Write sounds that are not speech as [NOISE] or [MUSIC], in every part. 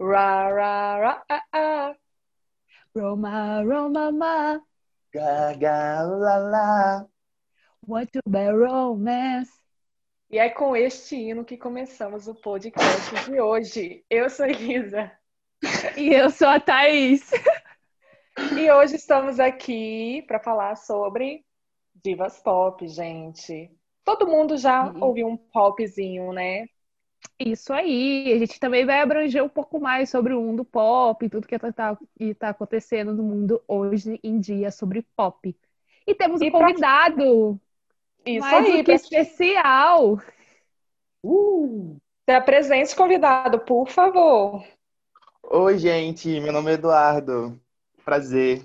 Ra, ra, ra, ah, ah. Roma, Roma, ma. Ga, ga, la, la. What to be romance. E é com este hino que começamos o podcast de hoje. Eu sou a Elisa. E eu sou a Thaís. E hoje estamos aqui para falar sobre divas pop, gente. Todo mundo já Sim. ouviu um popzinho, né? Isso aí. A gente também vai abranger um pouco mais sobre o mundo pop e tudo que tá, tá- que tá acontecendo no mundo hoje em dia sobre pop. E temos um E pra- convidado Isso mais aí, do que pra- especial. Uh! se apresente convidado, por favor. Oi, gente. Meu nome é Eduardo. Prazer.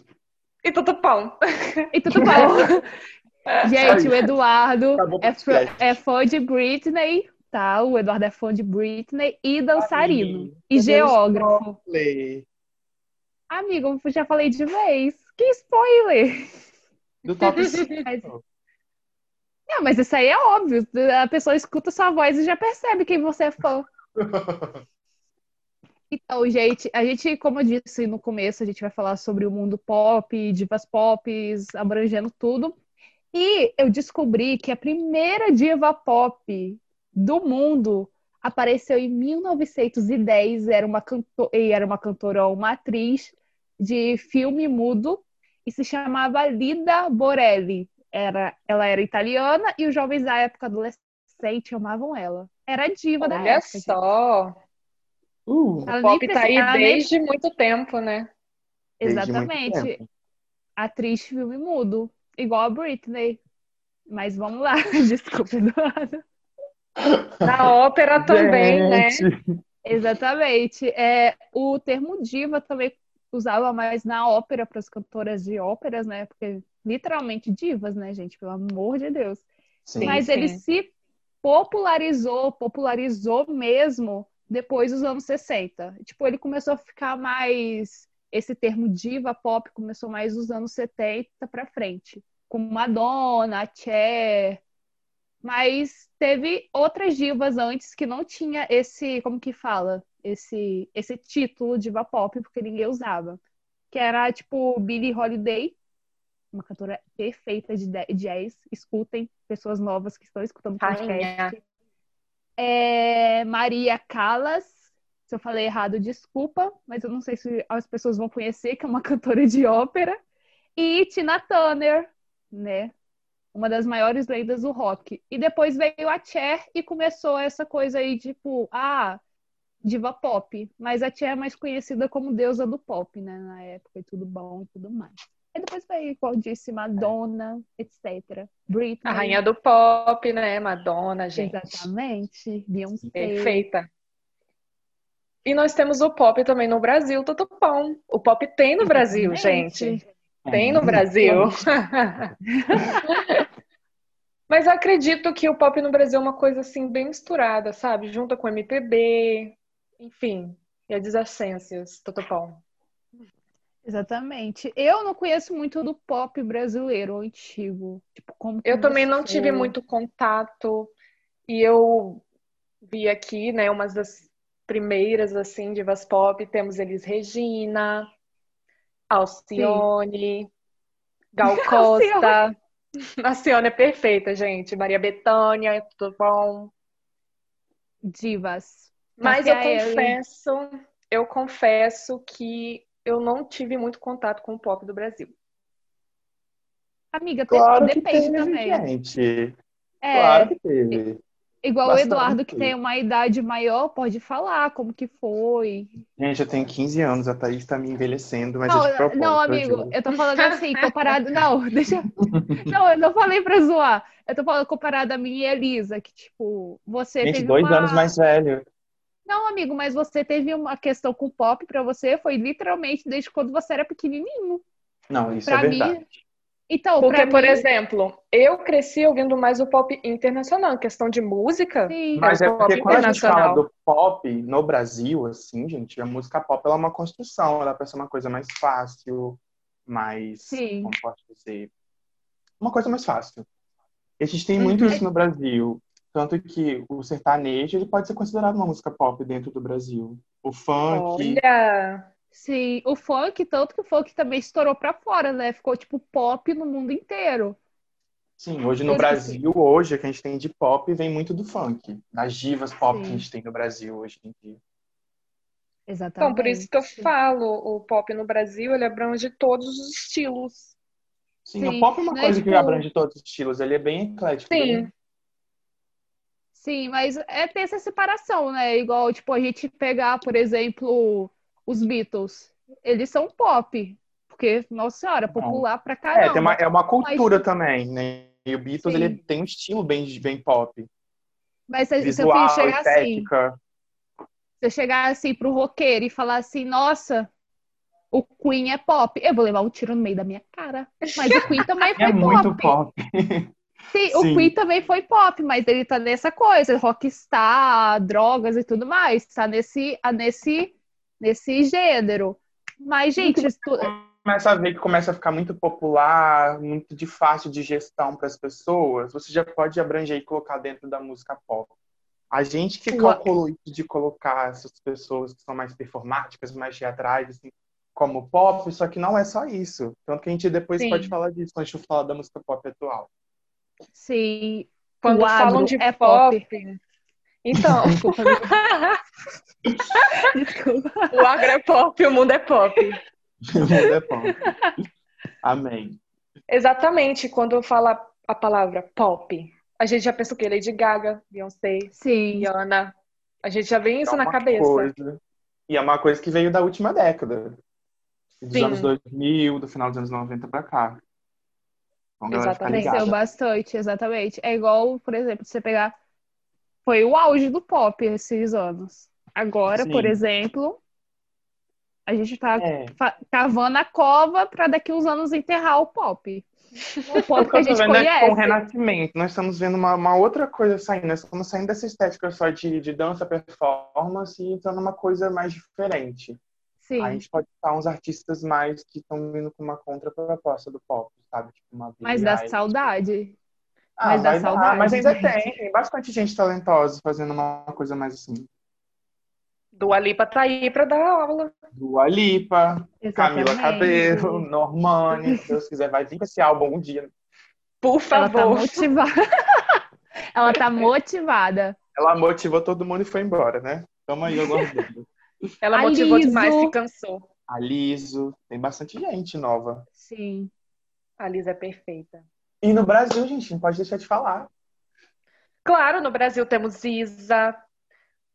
E tudo pão. E tudo bom? Gente, o Eduardo Acabou o é, fã- podcast. é fã de Britney, tá? O Eduardo é fã de Britney e dançarino. E geógrafo. Play. Amigo, eu já falei de vez. Que spoiler! Do [LAUGHS] top 5. Mas- Não, mas isso aí é óbvio. A pessoa escuta sua voz e já percebe quem você é fã. Então, gente, a gente, como eu disse no começo, a gente vai falar sobre o mundo pop, divas pop, abrangendo tudo. E eu descobri que a primeira diva pop do mundo apareceu em 1910. Era uma, canto... e era uma cantora, uma atriz de filme mudo e se chamava Lida Borelli. Era... Ela era italiana e os jovens da época adolescente amavam ela. Era a diva da Olha época. gente. só. Uh, Ela O nem pop tá aí precisava nem- desde muito tempo, né? desde muito Exatamente. tempo. Atriz filme mudo, igual a Britney. Mas vamos lá, [LAUGHS] desculpa, Eduardo. Na Ah, ópera também, né? Gente. Exatamente. É, o termo diva também usava mais na ópera para as cantoras de óperas, né? Porque literalmente divas, né, gente? Pelo amor de Deus. Sim. Mas sim. ele se popularizou, popularizou mesmo depois dos anos 60. Tipo, ele começou a ficar mais. Esse termo diva pop começou mais dos anos 70 pra frente. Com Madonna, Cher. Mas teve outras divas antes que não tinha esse. Como que fala? Esse, esse título diva pop, porque ninguém usava. Que era tipo Billie Holiday uma cantora perfeita de de- jazz. Escutem, pessoas novas que estão escutando o podcast. Rainha. É Maria Callas. Se eu falei errado, desculpa, mas eu não sei se as pessoas vão conhecer, que é uma [LAUGHS] cantora de ópera. E Tina Turner, né? Uma das maiores lendas do rock. E depois veio a Cher e começou essa coisa aí, tipo, ah, diva pop. Mas a Cher é mais conhecida como deusa do pop, né? Na época e tudo bom e tudo mais. E depois veio, como eu disse, Madonna, etc. Britney. É. A rainha do pop, né? Madonna, gente. Exatamente. Beyoncé. Perfeita. E nós temos o pop também no Brasil, tudo bom. O pop tem no Brasil, gente. É. Tem no Brasil. [LAUGHS] Mas eu acredito que o pop no Brasil é uma coisa assim bem misturada, sabe? Junta com MPB, enfim, e as adjacências, tudo bom. Exatamente. Eu não conheço muito do pop brasileiro antigo. Tipo, como Eu também não começou. tive muito contato e eu vi aqui, né, umas das primeiras assim divas pop, temos Elis Regina, Alcione, [LAUGHS] Gal Costa. Alcione é perfeita, gente. Maria Bethânia, é tudo bom? divas. Mas eu Marcia Ellen. confesso, eu confesso que eu não tive muito contato com o pop do Brasil. Amiga, tem- Claro que depende teve, também. né? gente. É, Claro que teve. igual bastante. o Eduardo, que tem uma idade maior, pode falar como que foi. Gente, eu tenho 15 anos, a Thaís tá me envelhecendo, mas é de Não, propósito. não, eu amigo, juro. eu tô falando [LAUGHS] assim, comparado. Não, deixa. Não, eu não falei pra zoar. Eu tô falando comparado a mim e a Elisa, que, tipo, você Gente, teve dois uma... anos mais velho. Não, amigo, mas você teve uma questão com pop pra você, foi literalmente desde quando você era pequenininho. Não, isso Pra é mim, verdade. Então, Porque, pra por mim, exemplo, eu cresci ouvindo mais o pop internacional, em questão de música. sim. Mas é Pop porque quando a gente fala internacional. do pop no Brasil, assim, gente, a música pop ela é uma construção, ela parece uma coisa mais fácil, mais, Sim. como posso dizer, uma coisa mais fácil. E a gente tem Uhum. muito isso no Brasil, tanto que o sertanejo ele pode ser considerado uma música pop dentro do Brasil, o O funk. Olha! Sim, o funk, tanto que o funk também estourou pra fora, né? Ficou tipo pop no mundo inteiro. Sim, hoje no Por isso. Brasil, hoje, o que a gente tem de pop vem muito do funk. Das divas pop que Sim. a gente tem no Brasil hoje em dia. Exatamente. Então, por isso que eu falo, o pop no Brasil, ele abrange todos os estilos. Sim, Sim, o pop é uma né, coisa que tipo- abrange todos os estilos. Ele é bem eclético. Sim. bem- Sim, mas é ter essa separação, né? Igual, tipo, a gente pegar, por exemplo, os Beatles. Eles são pop, porque, nossa senhora, popular pra É, caramba. tem uma, é uma cultura também, né? E o Beatles, Sim. ele tem um estilo bem, bem pop. Mas se, se eu filho Visual, chegar assim, estética. se eu chegar assim pro roqueiro e falar assim, nossa, o Queen é pop, eu vou levar um tiro no meio da minha cara. Mas o Queen também foi É muito pop. Sim, o Sim. Queen também foi pop, mas ele tá nessa coisa, rockstar, drogas e tudo mais, tá nesse, ah, nesse, nesse gênero. Mas, gente, isso tu- Começa a ver que começa a ficar muito popular, muito de fácil digestão para as pessoas. Você já pode abranger e colocar dentro da música pop. A gente que Ua- calculou isso de colocar essas pessoas que são mais performáticas, mais teatrais, assim, como pop, só que não é só isso. Tanto que a gente depois Sim. pode falar disso, quando a gente falar da música pop atual. [LAUGHS] sim, Quando o falam agro de é pop. pop. Então, Desculpa, desculpa. [LAUGHS] o agro é pop, o mundo é pop. O mundo é [LAUGHS] pop. Amém. Exatamente, quando eu falo a palavra pop, a gente já pensa o quê? Lady Gaga, Beyoncé, Sim, Rihanna. A gente já vem isso É na uma cabeça. coisa- E é uma coisa que veio da última década. Dos Sim. anos 2000, do final dos anos 90 pra cá. Então, galera, fica Exatamente. ligada. cresceu bastante, exatamente. É igual, por exemplo, você pegar. Foi o auge do pop esses anos. Agora, Sim. por exemplo, a gente tá É, fa- cavando a cova pra daqui uns anos enterrar o pop. O o pop que que a eu tô gente vendo é com o conhece. renascimento. Nós estamos vendo uma, uma outra coisa saindo. Nós estamos saindo dessa estética só de, de dança, performance e entrando numa coisa mais diferente. Aí a Sim, gente pode estar uns artistas mais que estão vindo com uma contraproposta do pop, sabe? Tipo, uma mas Billie dá Eilish. saudade. Ah, mas dá vai dar, saudade, Mas ainda gente. tem, tem bastante gente talentosa fazendo uma coisa mais assim. Do Alipa tá aí pra dar aula. Dua Lipa, Camila Exatamente. Cabello, Normani, se Deus quiser, vai vir com esse álbum um dia. Por Ela tá favor. motivada. [LAUGHS] Ela tá motivada. Ela motivou todo mundo e foi embora, né? Tamo aí aguardando. Ela A motivou Liso. demais, se cansou. A Liso, tem bastante gente nova. Sim. A Lisa é perfeita. E no Brasil, gente, não pode deixar de falar. Claro, no Brasil temos Isa,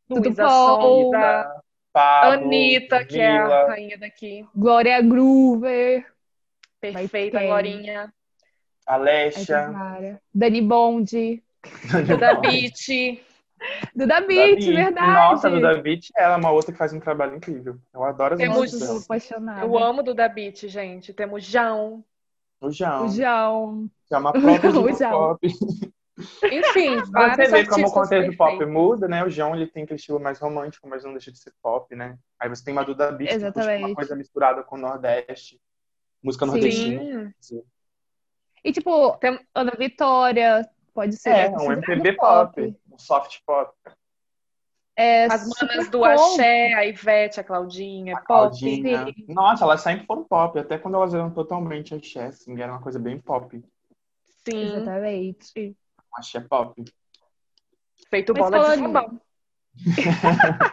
Tudo Luísa bom? Sonza, Pablo, Anitta, que é a Mila, rainha daqui. Glória Groover. Perfeita, tem. Glorinha. Alexia, Edvara, Dani Bond. Duda Beat. Duda Duda Beat, Beat. verdade. Nossa, Duda Beat, ela é uma outra que faz um trabalho incrível. Eu adoro as Temos- músicas Nossa, dela. sou apaixonada. Eu amo Duda Beat, gente. Temos Jão. O o João, que João. é uma própria O do João. pop. Enfim, Pra vários você ver como o artistas contexto do pop perfeitos. muda, né? O João ele tem aquele estilo mais romântico, mas não deixa de ser pop, né? Aí você tem uma Duda Beat, que puxa Exatamente. uma coisa misturada com o Nordeste, música Sim. nordestina. Sim. E tipo, Tem- Ana Vitória. Pode ser. né, É, um considerado MPB pop, um soft pop. É, As super manas do pop. Axé, a Ivete, a Claudinha, pop. Claudinha. Nossa, elas sempre foram pop, até quando elas eram totalmente axé, assim, era uma coisa bem pop. um Sim, Exatamente. Axé pop. feito Mas bola de falando- sabão.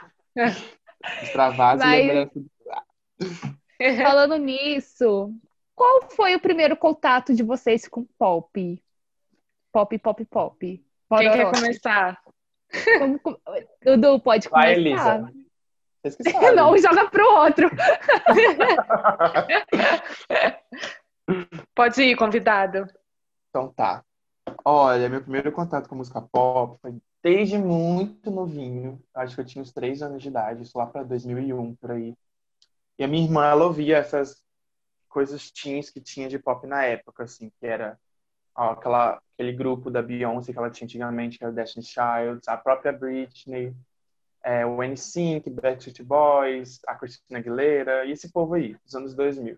Extravasa Mas- e lembrança. Falando nisso, qual foi o primeiro contato de vocês com pop? Pop, pop, pop. Quem quer Pororó. começar? Como com- Dudu, pode começar. Vai, Elisa. [LAUGHS] Vocês que sabem. Não, joga pro outro. Pode ir, convidado. Então tá. Olha, meu primeiro contato com música pop foi desde muito novinho. Acho que eu tinha uns três anos de idade, isso lá pra 2001, por aí. E a minha irmã, ela ouvia essas coisas teens que tinha de pop na época, assim, que era ó, aquela, aquele grupo da Beyoncé que ela tinha antigamente, que era o Destiny Child, a própria Britney, é, o NSYNC, Backstreet Boys, a Christina Aguilera, e esse povo aí, dos anos 2000.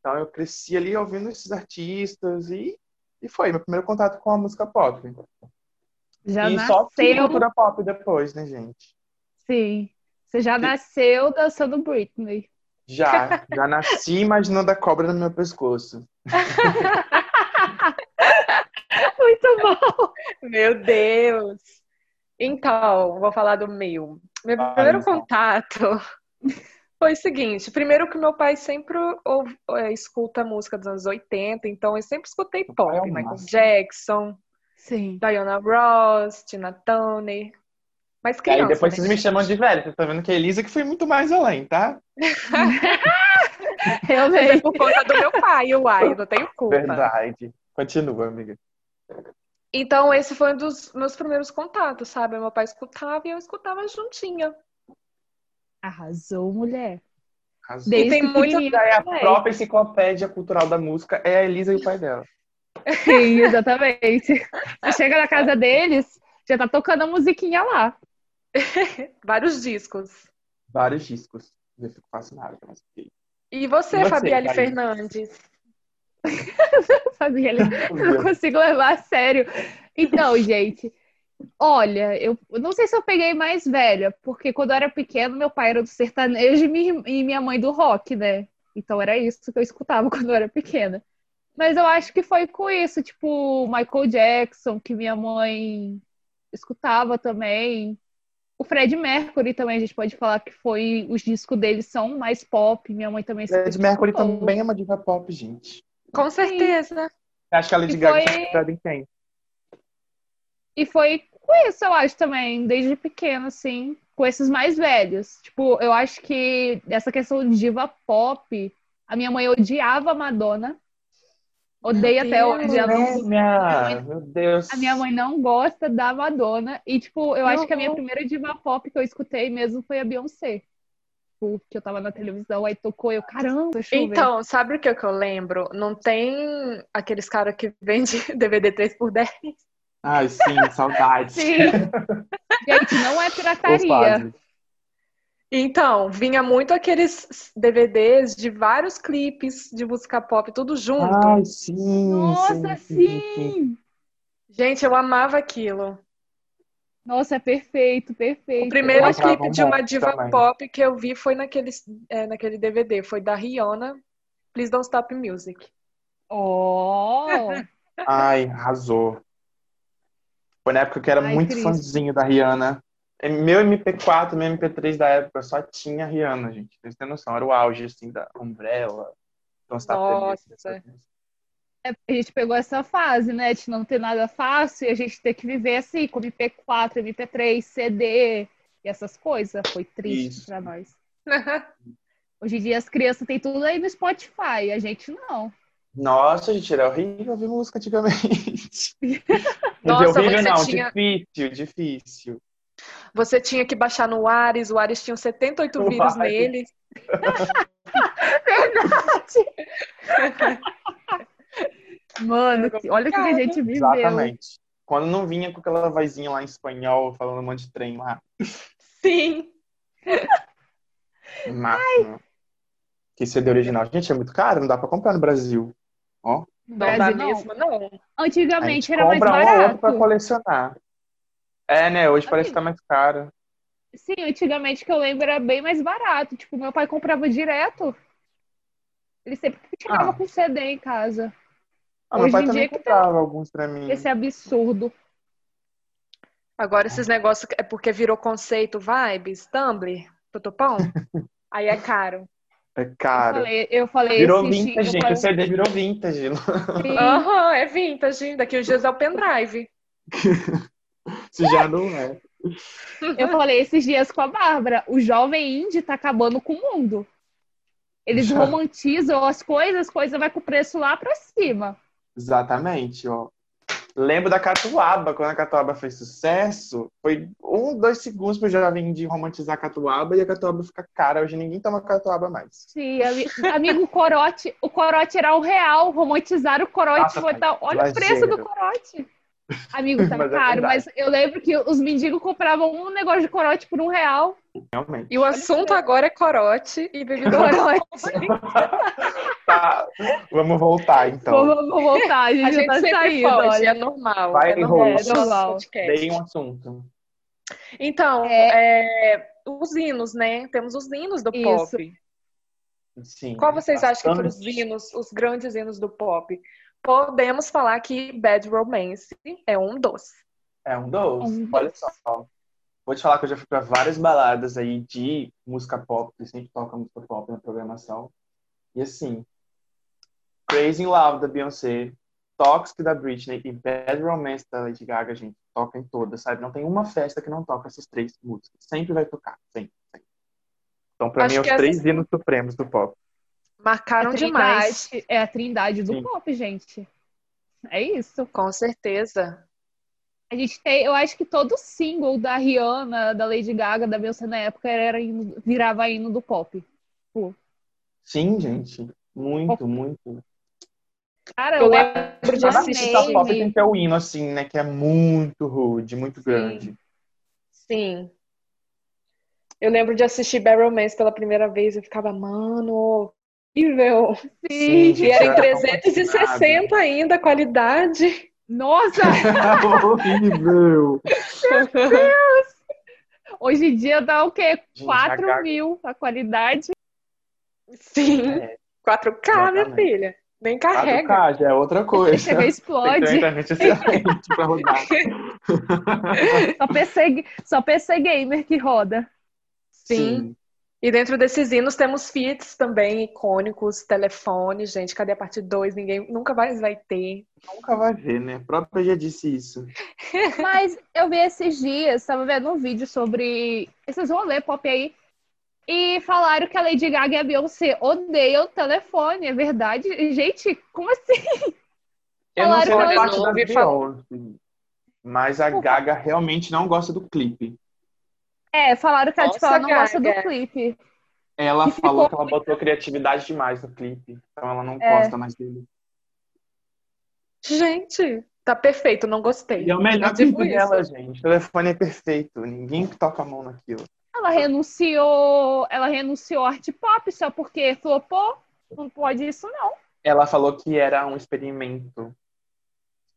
Então eu cresci ali ouvindo esses artistas e, e foi meu primeiro contato com a música pop. Já e só nasceu. cultura pop depois, né, gente? Sim. Você já nasceu dançando Britney. Já, já nasci imaginando a cobra no meu pescoço. [LAUGHS] Muito bom. Meu Deus! Então, vou falar do meu. Meu Vai, primeiro então. contato [LAUGHS] foi o seguinte: primeiro que meu pai sempre ouve, é, escuta música dos anos 80, então eu sempre escutei Meu pop, pai é o Michael máximo. Jackson, Sim. Diana Ross, Tina Turner. Mas E aí criança, depois né, vocês me [LAUGHS] gente? chamam de velho. Vocês estão vendo que a Elisa que foi muito mais além, tá? Mas é Realmente. por conta do meu pai, uai, eu não tenho culpa. Verdade. Continua, amiga. Então, esse foi um dos meus primeiros contatos, sabe? Meu pai escutava e eu escutava juntinha. Arrasou, mulher. Arrasou. Desde tem muita- pequenininho. Essa é a também. própria enciclopédia cultural da música, é a Elisa e o pai dela. Sim, exatamente. Você chega na casa deles, já tá tocando a musiquinha lá. Vários discos. Vários discos. Eu fico fascinado com essa música. E você, E você, Fabielle Karine? Fernandes? Fazia ali. [LAUGHS] Eu não consigo levar a sério. [LAUGHS] Então, gente, olha, eu eu não sei se eu peguei mais velha, porque quando eu era pequeno, meu pai era do sertanejo e minha- e minha mãe do rock, né? Então era isso que eu escutava [LAUGHS] quando eu era pequena. Mas eu acho que foi com isso, tipo, Michael Jackson, que minha mãe escutava também. O Fred Mercury também, a gente pode falar que foi. Os discos dele são mais pop, minha mãe também Lady Mercury escutou. também é uma diva pop, gente. Com certeza. Acho que a Lady E Gaga foi- foi inspirada em quem? E foi com isso, eu acho, também, desde pequena, assim, com esses mais velhos. Tipo, eu acho que essa questão de diva pem, a minha mãe odiava a Madonna. Odeia Meu até Deus. hoje. Ela não- Minha... Meu Deus. a minha mãe não gosta da Madonna. E, tipo, eu acho que a minha horror. primeira diva pop que eu escutei mesmo foi a Beyoncé. Tipo, que eu tava na televisão, aí tocou, eu, caramba, deixa eu ver. Então, sabe o que, que eu lembro? Não tem aqueles caras que vende [LAUGHS] DVD 3 por 10 Ai, sim, [LAUGHS] saudade. Sim. Gente, não é pirataria. Saudade. Então, vinha muito aqueles DVDs de vários clipes de música pop, tudo junto. Ai, sim. Nossa, sim. sim. sim! Gente, eu amava aquilo. Nossa, é perfeito, perfeito. O primeiro Eu achava clipe de bom uma diva também. pop que eu vi foi naquele, é, naquele DVD, foi da Rihanna, Please Don't Stop Music. Oh! Ai, arrasou. Foi na época que eu era Ai, muito Cris. fãzinho da Rihanna. É, Meu MP4, meu MP3 da época só tinha a Rihanna, gente. Vocês têm noção, era o auge, assim, da Umbrella. Então, você tá Nossa. feliz. É, a gente pegou essa fase, né, de não ter nada fácil e a gente ter que viver assim, com MP4, MP3, CD e essas coisas. Foi triste Isso. pra [LAUGHS] nós. Hoje em dia as crianças têm tudo aí no Spotify, a gente não. Nossa, gente, era horrível ouvir música antigamente. Quer dizer, Nossa, horrível você não, tinha- difícil, difícil. Você tinha que baixar no Ares, o Ares tinha 78 O vírus Ares. nele. Mano, que- olha o que a gente viveu. Exatamente. Quando não vinha com aquela vozinha lá em espanhol, falando um monte de trem lá. Sim. Máximo. Que CD original. Gente, é muito caro, não dá pra comprar no Brasil. No Não Brasil, dá não. mesmo, não. A gente Antigamente era mais compra um ou outro pra barato. Assim, colecionar. É, né? Hoje Amigo. parece que tá mais caro. Sim, antigamente que eu lembro era bem mais barato. Tipo, meu pai comprava direto. Ele sempre chegava Ah. com CD em casa. Ah, meu Hoje pai em também dia que tá- comprava alguns pra mim. Esse absurdo. Agora esses negócios é porque virou conceito vibes, Tumblr, [LAUGHS] Totopão. Aí é caro. É Eu caro. falei, eu falei assim, Virou esse vintage, chi- gente. O CD virou vintage. [LAUGHS] eu falei, [LAUGHS] Aham, é vintage. Daqui uns dias é o pendrive. Isso já não é. eu falei esses dias com a Bárbara, o jovem indie tá acabando com o mundo. Eles Já. romantizam as coisas, as coisas vai com o preço lá pra cima. Exatamente, ó. Lembro da Catuaba, quando a Catuaba fez sucesso, foi um, dois segundos pro jovem de romantizar a Catuaba e a Catuaba fica cara. Hoje ninguém toma Catuaba mais. Sim, ami- amigo, o corote, o corote era o real, romantizar o corote, Nossa, botar- olha o preço exagero. do corote. Amigo, tá [LAUGHS] Mas é caro, verdade. mas eu lembro que os mendigos compravam um negócio de corote por um real. Realmente. E o assunto agora é corote e bebida corote. Tá, vamos voltar então. Vamos vamos voltar, a gente, A gente já tá sempre saindo, foge, olha. é normal. Vai, é normal. Rose. do nosso podcast. Dei um assunto. Então, é... os hinos, né? Temos os hinos do Isso. pop. Sim, Qual vocês acham que foram os bastante. hinos, os grandes hinos do pop? Podemos falar que Bad Romance é um dos. É um dos. Um Olha só. Vou te falar que eu já fui pra várias baladas aí de música pop, que sempre toca música pop na programação. E assim, Crazy in Love da Beyoncé, Toxic da Britney e Bad Romance da Lady Gaga, gente, toca em todas, sabe? Não tem uma festa que não toca essas três músicas. Sempre vai tocar, sempre. sempre. Então, pra Acho mim, é os que essas- três hinos supremos do pop. Marcaram a demais. trindade- É a trindade do Sim. pop, gente. É isso. Com certeza. A gente tem, eu acho que todo single da Rihanna, da Lady Gaga, da Beyoncé na época era hino- virava hino do pop. Sim, gente. Muito, muito. Cara, Eu eu lembro de Cada amei. assistir. artista pop tem que ter o hino, assim, né? Que é muito rude, muito Sim. grande. Sim. Eu lembro de assistir Bad Romance pela primeira vez e ficava, mano, horrível. Sim, E era em Era tão 360 ainda, a [LAUGHS] qualidade. Nossa, horrível. hoje em dia dá o quê? Gente, 4 a Gaga- mil a qualidade. Sim. É. 4K, minha Exatamente. filha. Nem carrega. Ah, do já é outra coisa. [LAUGHS] TV Tem que ter uma explode. internet excelente pra rodar. Então Só PC, só PC gamer que roda. Sim. E dentro desses hinos temos feats também icônicos, telefone, gente, cadê a parte 2? Ninguém nunca mais vai ter. Nunca vai ver, né? A própria já disse isso. Mas eu vi esses dias, tava vendo um vídeo sobre esses rolê pop aí. E falaram que a Lady Gaga e a Beyoncé odeiam o telefone, é verdade? Gente, como assim? Eu não Falaram sou a que é parte não da ouvi falar. Beyoncé, mas a Gaga realmente não gosta do clipe. É, falaram que ela, tipo, Nossa, ela não gosta do Gaga. clipe. Ela E ficou falou que ela botou criatividade demais no clipe. Então ela não É. gosta mais dele. Gente, tá perfeito, não gostei. E é o melhor Eu digo clipe tipo isso. dela, gente. O telefone é perfeito. Ninguém que toca a mão naquilo. Ela renunciou, ela renunciou à arte pop só porque flopou. Não pode isso, não. Ela falou que era um experimento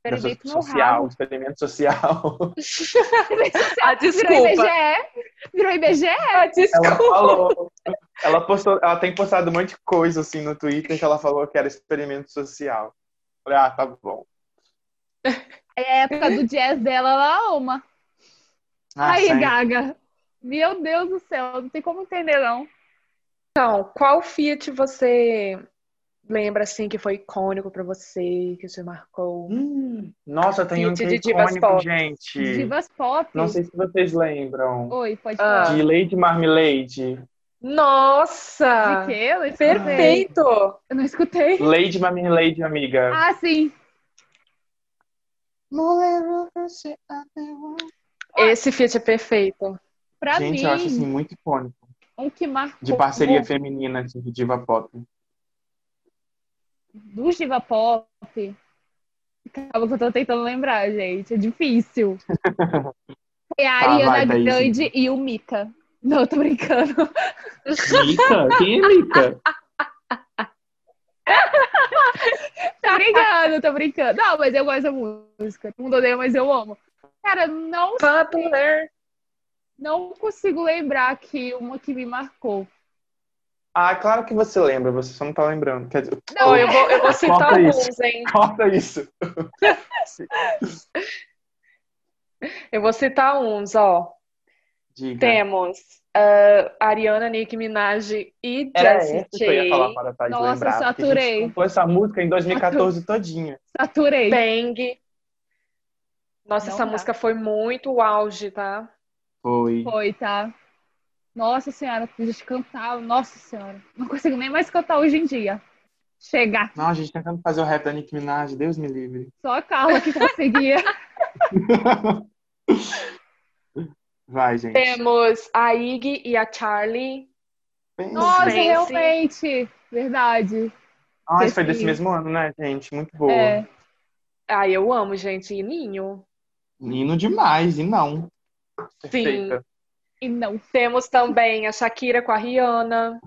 Experimento no social, [LAUGHS] um rabo. experimento social. Ah, Virou desculpa. IBGE. Virou IBGE. Ah, [LAUGHS] Ela desculpa. falou. Ela, postou, ela tem postado um monte de coisa assim no Twitter que ela falou que era experimento social. Falei, ah, tá bom. É a época do jazz dela, ela ama. Ah, Aí, sim. Gaga. Meu Deus do céu, não tem como entender, não. Então, qual feat você lembra assim que foi icônico pra você, que te marcou? Hum, nossa, tem um que é Feat de divas icônico, pop. gente. Divas pop. Não sei se vocês lembram. Oi, pode Ah. falar. De Lady Marmalade. Nossa! De quê? Eu não escutei. Ah. Perfeito! Eu não escutei. Lady Marmalade, amiga. Ah, sim. Esse feat é perfeito. Pra gente, mim, eu acho assim muito icônico. um que marcou. De parceria feminina, assim, de diva pop. do Diva Pop. Calma que eu tô tentando lembrar, gente. É [LAUGHS] difícil. Foi a Tá, Ariana vai, Thaís. Grande e o Mika. Não, eu tô brincando. [LAUGHS] Mika? Quem é Mika? Tô brincando, tô brincando. Não, mas eu gosto da música. Todo mundo odeia, mas eu amo. Cara, não, Popular. não consigo lembrar aqui uma que me marcou. Ah, claro que você lembra, você só não tá lembrando. Quer dizer, Não, Não, eu vou, eu vou citar Corta isso. alguns, hein? [LAUGHS] corta isso. Eu vou citar uns, ó. Uhum. Diga. Temos ah, Ariana, Nicki Minaj e Era Jessie essa que eu ia falar J. para a Thaís Nossa, lembrar. porque a saturei. gente cantou essa música em 2014 todinha. Saturei. Bang. Nossa, Não essa dá. música foi muito o auge, tá? Foi. Foi, tá? Nossa senhora, a gente cantava. Nossa senhora. Não consigo nem mais cantar hoje em dia. Chega. Não, a gente tá tentando fazer o rap da Nicki Minaj, Deus me livre. Só a Carla que tá conseguia. Vai, gente. Temos a Iggy e a Charlie. Bem- Nossa, Sim. realmente. Verdade. Ah, isso foi sim. desse mesmo ano, né, gente? Muito boa. É. Ah, eu amo, gente. E Ninho. Hino demais, e não. Perfeita. E não. Temos também a Shakira com a Rihanna.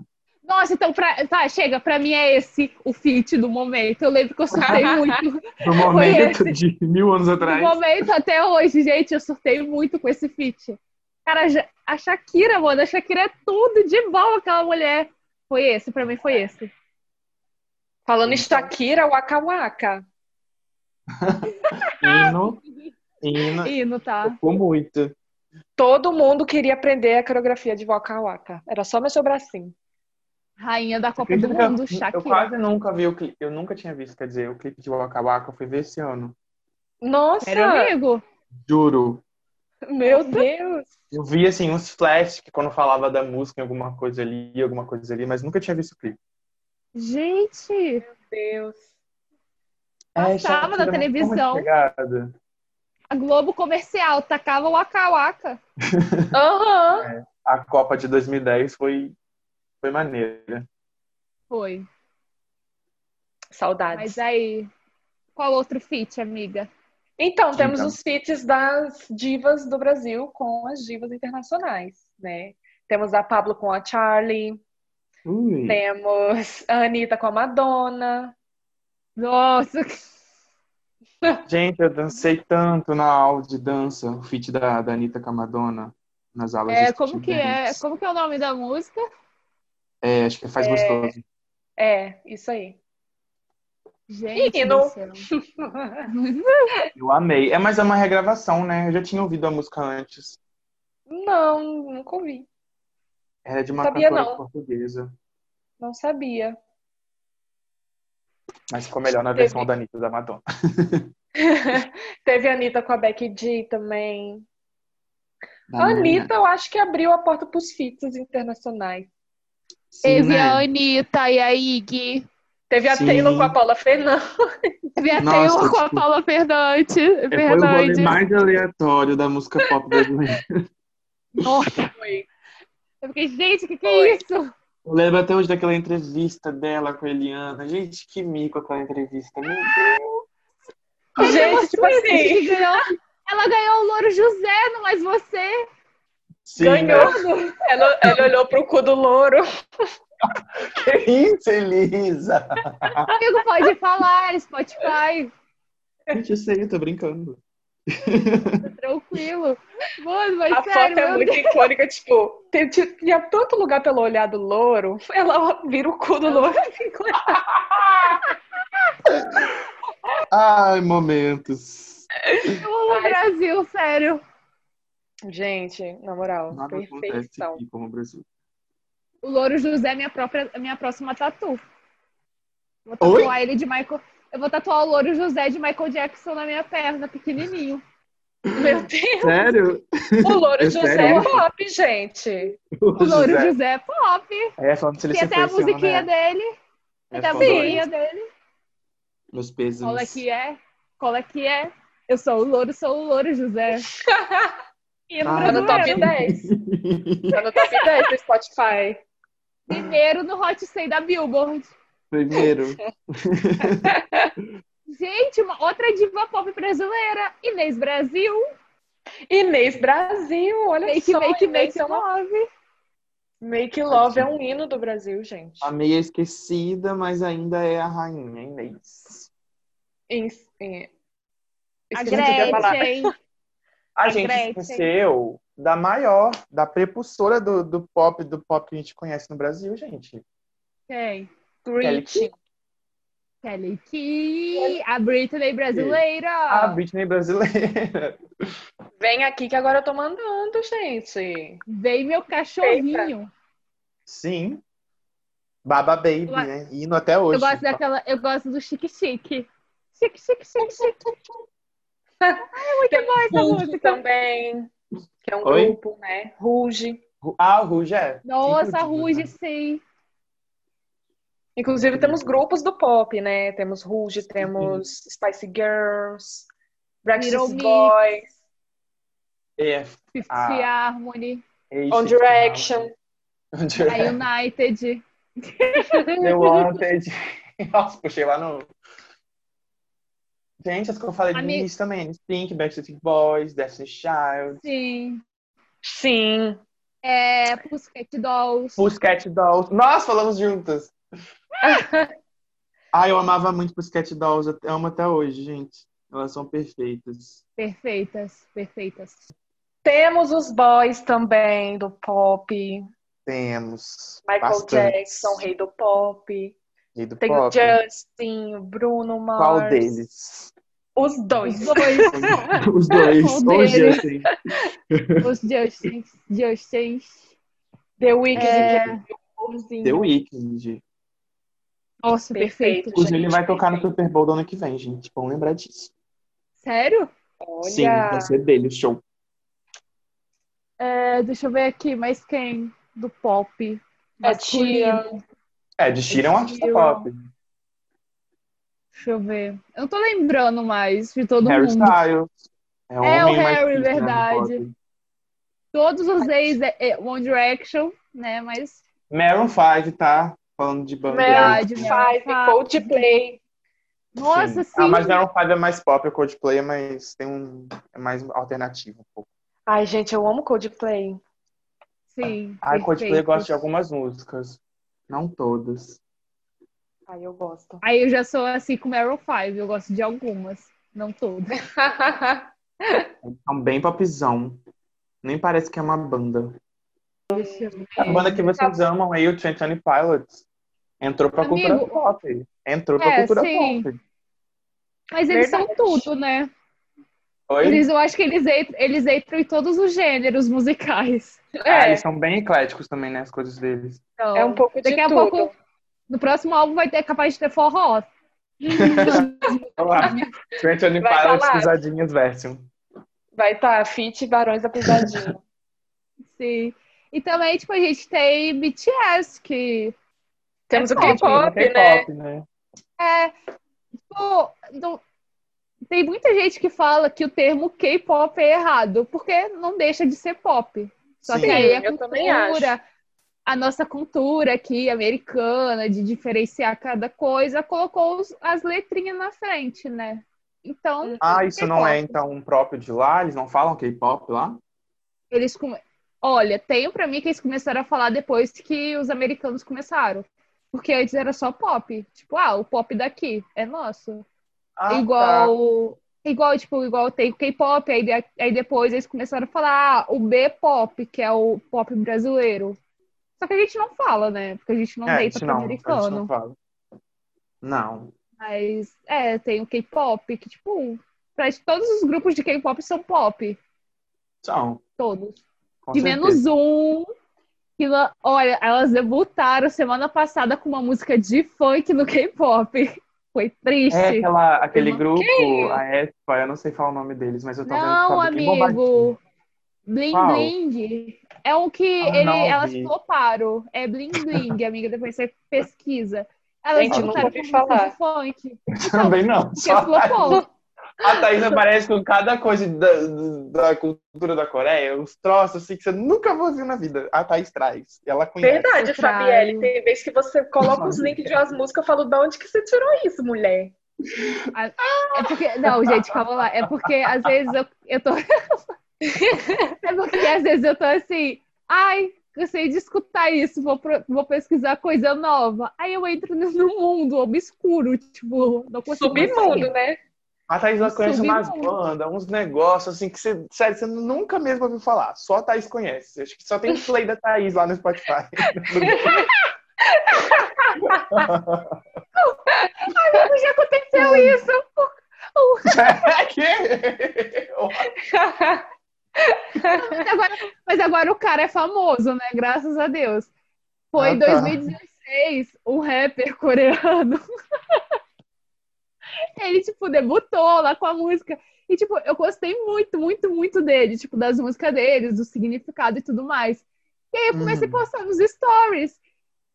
Nossa, então, pra... tá, chega. Pra mim é esse o fit do momento. Eu lembro que eu surtei muito. No momento de mil anos Do atrás. momento até hoje, gente, eu surtei muito com esse fit. Cara, a Shakira, mano, a Shakira é tudo de bom aquela mulher. Foi esse, pra mim foi esse. Falando em Shakira, Waka Waka. Hino, hino, Hino, tá? tocou muito. Todo mundo queria aprender a coreografia de Waka Waka. Era só mexer o bracinho. Rainha da Copa do Acredita que eu- Mundo, Eu Shakira. quase nunca vi o clipe, eu nunca tinha visto, quer dizer, o clipe de Waka Waka, eu fui ver esse ano. Nossa! Sério, Ah. amigo? Juro. Meu Deus! Eu vi, assim, uns flash que quando falava da música em alguma coisa ali, alguma coisa ali, mas nunca tinha visto o clipe. Gente, Deus. Passava Ah, na Shakira, mas como é televisão. chegada? a Globo comercial tacava o Akawaka. Aham! A Copa de 2010 foi, foi maneira. Foi. Saudades. Mas é- aí, qual outro feat, amiga? Então, temos Diga. os feats das divas do Brasil com as divas internacionais, né? Temos a Pablo com a Charlie, Ui. temos a Anitta com a Madonna. Nossa, Gente, eu dancei tanto na aula de dança, o feat da, da Anitta com a Madonna nas [LAUGHS] aulas é, de como que é? students. Como que é o nome da música? É, acho que faz gostoso. É, isso aí. [LAUGHS] Gente, Hino. do céu. Eu amei. É, mas é uma regravação, né? Eu já tinha ouvido a música antes. Não, nunca ouvi. Era é de uma Sabia cantora não. portuguesa. Não sabia. Mas ficou melhor na Teve. versão da Anitta e da Madonna. Teve a Anitta com a Becky G também. A Anitta, eu acho que abriu a porta para os feats internacionais. Sim, Teve né? a Anitta e a Ig. Teve a Sim. Taylor com a Paula Fernandes. Teve a Nossa, Taylor com a tipo, Paula Fernandes. É, Foi o rolê Fernandes. mais aleatório da música pop brasileira. Nossa, Foi. eu fiquei, gente, o que, que Foi. é isso? [LAUGHS] Eu lembro até hoje daquela entrevista dela com a Eliana. Gente, que mico aquela entrevista. Meu Deus. Gente, tipo assim, Que ganhou- Ela ganhou o Louro José, não mais você. Sim, né? ganhou. Ela, ela olhou pro cu do louro. [LAUGHS] Que isso, Elisa? Ah. Amigo, pode falar, Spotify. Gente, eu sei, eu tô brincando. Tranquilo. Mano, mas A sério, foto é meu muito Deus. icônica, tipo, tem- tinha tanto lugar pelo olhar do louro, ela vira o cu do louro. Ai, momentos. eu amo o Brasil, sério. Gente, na moral, Nada acontece perfeição. aqui como o Brasil. O Louro José é minha, própria, minha próxima tatu. Vou Oi? tatuar ele de Michael. Eu vou tatuar o Louro José de Michael Jackson na minha perna, pequenininho. Meu Deus, Sério? o louro É José sério é isso? pop, gente. O Louro José é pop. É, falando se ele Tem se até a conheceu, musiquinha né? dele. Tem até a Sim. musiquinha dele. Meus pesos. Cola que é? Cola que é? Eu sou o Louro, sou o Louro [LAUGHS] José. E no Ah, Tá no top brasileiro. 10. Tá no top 10 do Spotify. Primeiro no Hot 100 da Billboard. Primeiro. Gente, uma outra diva pop brasileira, Inês Brasil. Inês Brasil, olha Make, só. make, Inês make, é uma... love. Make Love é um hino do Brasil, gente. A meia esquecida, mas ainda é a rainha, Inês. Em, em... A Esqueci o que eu ia falar. Gretchen. A, A gente Gretchen. esqueceu da maior, da prepulsora do, do pop, do pop que a gente conhece no Brasil, gente. Quem? Greet. Kelly Kelly Key. A Britney A brasileira. Britney brasileira. [LAUGHS] Vem aqui que agora eu tô mandando, gente. Vem meu cachorrinho. Sim. Baba Baby, Eu- né? Hino até hoje. Eu gosto daquela, eu gosto do chique chique. Chique, chique, chique, chique. Tem essa Ruge música. também, que é um Oi? grupo, né? Ruge. Ah, o Ruge é. Nossa, Incrível, Ruge, né? sim. Inclusive temos grupos do pop, né? Temos Ruge, temos Spice Girls, Little Backstreet Mix. Boys, É, Fifty Ah. Harmony, é isso On que Direction. fala. On a Direction. [LAUGHS] United. The Wanted. [LAUGHS] Nossa, puxei lá no. Gente, as que eu falei de Ami- início também. Pink, Backstreet Boys, Destiny's Child, Sim. Sim. É, Pussycat Dolls. Pussycat Dolls. Nós falamos juntas. [LAUGHS] ah, eu amava muito Pussycat Dolls. Eu amo até hoje, gente. Elas são perfeitas. Perfeitas, perfeitas. Temos os boys também do pop. Temos. Michael bastante. Jackson, rei do pop. E do Tem pop. o Justin, o Bruno Mars. Qual deles? Os dois. Os dois, [LAUGHS] Os dois. Qual Ou o deles? Justin. os Justins, Justins. The Weeknd. É. gente, o amorzinho. The Weeknd. Nossa, perfeito. Perfeito. Inclusive, ele vai Gente, tocar no perfeito. Super Bowl do ano que vem, gente. Vamos lembrar disso. Sério? Sim, Olha, vai ser dele o show. É, deixa eu ver aqui, mas quem? Do pop. a masculino. tia. É, de Sheeran é um artista Sheeran. pop. Deixa eu ver. Eu não tô lembrando mais de todo Harry mundo. Styles. um É, o homem mais Harry, triste, né, no verdade. pop. Todos os ex é, é One Direction, né? Mas Maroon 5, tá? Falando de banda. Maroon Verdade, 5, Maroon five. Coldplay. Nossa, sim. Ah, mas Maroon 5 é mais pop, o Coldplay é mais, tem um, é mais alternativo um pouco. Ai, gente, eu amo Coldplay. Sim. Ah, Coldplay eu perfeito. gosto de algumas músicas. Não todas. Ai, eu gosto. [LAUGHS] Aí eu já sou assim com Meryl 5, eu gosto de algumas, não todas. São bem popzão. Nem parece que é uma banda. Deixa eu ver. A banda que vocês amam aí, o Twenty Pilots, entrou pra Amigo, cultura pop. Entrou pra é, cultura sim. pop. Mas eles são Verdade. tudo, né? Oi? Eles, eu acho que eles entram, eles entram em todos os gêneros musicais. Ah, é, eles são bem ecléticos também, né? As coisas deles. Então, é um pouco de daqui a tudo. pouco, no próximo álbum vai ter é capaz de ter [LAUGHS] forró. [LAUGHS] Twenty Pilots, Vai falar. pisadinhas version. Vai estar tá, Fit e Barões da Pisadinha. Sim. E também, tipo, a gente tem BTS, que [LAUGHS] Temos o pop, K-pop, Tipo, Tem né? K-pop, né? é. Tipo, não- tem muita gente que fala que o termo K-pop é errado, porque não deixa de ser pop. Só Sim. que é aí a eu também cultura, a nossa cultura aqui, americana, de diferenciar cada coisa, colocou os- as letrinhas na frente, né? Hum. Então, Ah, isso não é K-pop. então próprio de lá? Eles não falam K-pop lá? eles. Come... Olha, tenho pra mim que eles começaram a falar depois que os americanos começaram. Porque antes era só pop. Tipo, ah, o pop daqui é nosso. Ah, tá. igual, igual, tipo, igual tem o K-pop, aí, de- aí depois eles começaram a falar ah, o B-pop, que é o pop brasileiro. Só que a gente não fala, né? Porque a gente não É, a deita gente pro não, a gente americano. não fala. Não. Mas é, tem o K-pop, que, tipo, pra, todos os grupos de K-pop são pop, São. todos. com de certeza. menos um. Que, lá- olha, elas debutaram semana passada com uma música de funk no K-pop. [LAUGHS] Foi triste. É aquela, aquele Uma- grupo, Quem? a ESPA, eu não sei falar o nome deles, mas eu tô vendo Não, que tá bem bombadinho. amigo. Bling Qual? Bling. É o que Ah, ele, não elas vi. floparam. É Bling [LAUGHS] Bling, amiga. Depois você pesquisa. Elas Gente, eu nunca voltaram ouvi com música falar. de funk. [LAUGHS] Também não. Porque Só flopou. a Thaís aparece com cada coisa da, da cultura da Coreia, uns troços assim que você nunca vai ouvir na vida. A Thaís traz. E ela conhece. Verdade, Contrário. Fabielle. Tem vez que você coloca os links de umas músicas, eu falo, de onde que você tirou isso, mulher? É porque. Não, gente, calma lá. É porque às vezes eu, [LAUGHS] eu tô. é porque às vezes eu tô assim. Ai, cansei de escutar isso. Vou, pro- vou pesquisar coisa nova. Aí eu entro no mundo obscuro. Tipo, não consigo. sair. Submundo, né? [LAUGHS] A Thaís ela Eu conhece subi umas muito. bandas, uns negócios assim que você, sério, você nunca mesmo ouviu falar. Só a Thaís conhece. Acho que só tem o play da Thaís lá no Spotify. Como já aconteceu isso? Mas agora, mas agora o cara é famoso, né? Graças a Deus. Foi em Ah, tá. 2016, um rapper coreano. [LAUGHS] Ele, tipo, debutou lá com a música. E, tipo, eu gostei muito, muito, muito dele. Tipo, das músicas deles, do significado e tudo mais. E aí eu comecei Uhum. a postar nos stories.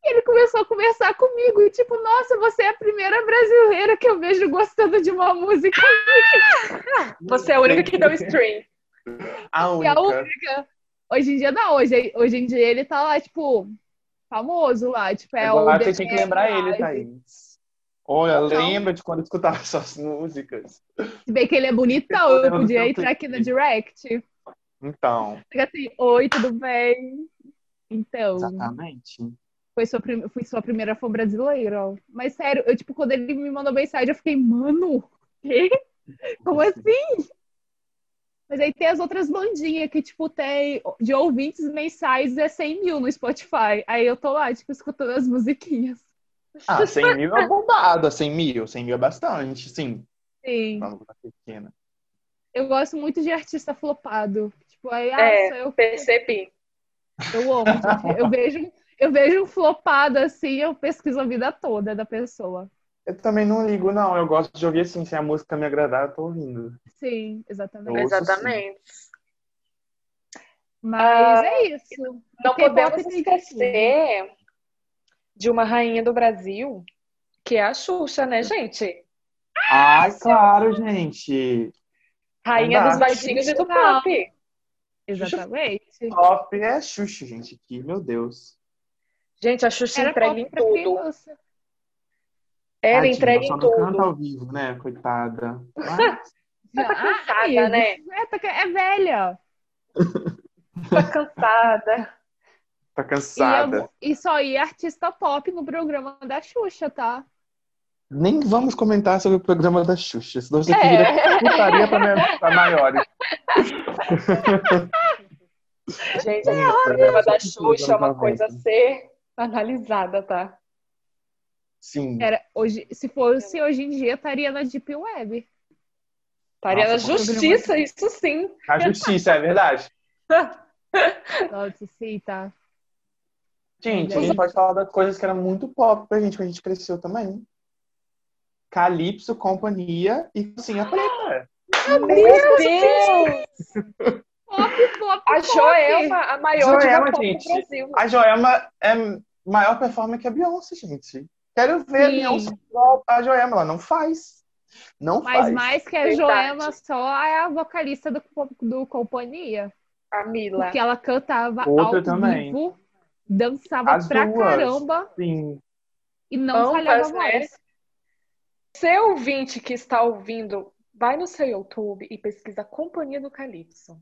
E ele começou a conversar comigo. E, tipo, nossa, você é a primeira brasileira que eu vejo gostando de uma música. Você é a única que deu stream. [LAUGHS] A E a única. única. Hoje em dia não, hoje, hoje em dia ele tá lá, tipo, famoso lá, tipo, é Agora o você tinha que DPM lembrar ele, Live. Thaís. Olha, lembra de quando escutava [LAUGHS] suas músicas. Se bem que ele é bonitão, eu Eu lembro do podia seu entrar aqui na clipe. direct. Então, Fica assim, oi, tudo bem? Então, Tá. exatamente. foi sua, prim... fui sua primeira fã brasileira. ó. Mas sério, eu, tipo, quando ele me mandou mensagem, eu fiquei, mano, quê? Como assim? Mas aí tem as outras bandinhas que, tipo, tem de ouvintes mensais é 100 mil no Spotify. Aí eu tô lá, tipo, escutando as musiquinhas. Ah, 100 mil é bombada, 100 mil. 100 mil é bastante, sim. Sim. Uma luta pequena. Eu gosto muito de artista flopado. Tipo, aí, ah, É, sou eu Percebi. Eu amo, gente. Eu vejo, eu vejo um flopado assim, eu pesquiso a vida toda da pessoa. Eu também não ligo, não. Eu gosto de ouvir assim. Se a música me agradar, eu tô ouvindo. Sim, É. Eu exatamente. ouço, Exatamente. Mas Ah, é isso. Não K-pop podemos tem de esquecer de uma rainha do Brasil, que é a Xuxa, né, gente? Ai, claro, gente. Rainha Não dá. dos baixinhos e do Não. pop. Exatamente. Top é Xuxa, gente. Que, meu Deus. Gente, a Xuxa Era entrega pop em pra tudo. criança. Ela Tadinha, entrega em só não canta tudo. ao vivo, né? Coitada. Mas, Ela tá Ah, cansada, [LAUGHS] né? É, tá ca- é velha. Tá cansada. tá E, cansada. eu- e só ia artista pop no programa da Xuxa, tá? Nem vamos comentar sobre o programa da Xuxa, senão isso aqui vira É. putaria pra, me- pra maiores. Gente, Vamos é, o ver, programa da vamos ver, Xuxa é uma vamos coisa a ver. ser analisada, tá? Sim. Era hoje, se fosse hoje em dia, estaria na Deep Web. Estaria na Nossa, é programa- justiça, isso sim. A justiça, é verdade. Nossa, sim, tá. Gente, Olha a aí. gente pode falar das coisas que eram muito pop pra gente, quando a gente cresceu também. Calypso, Companhia e assim, Cozinha Preta. Meu Deus! assim, Pop, pop, A pop. Joelma, a maior Joelma, diva pop gente. do Brasil. A Joelma é maior performer que a Beyoncé, gente. Quero ver Sim. a Beyoncé igual a Joelma. Ela não faz. Não Mas faz. mais que a Verdade. Joelma só é a vocalista do, do Companhia. A Mila. Porque ela cantava Outra ao também. vivo, dançava As pra duas. caramba Sim. e não Ambas, falhava né? mais. Seu ouvinte que está ouvindo, vai no seu YouTube e pesquisa Companhia do Calypso.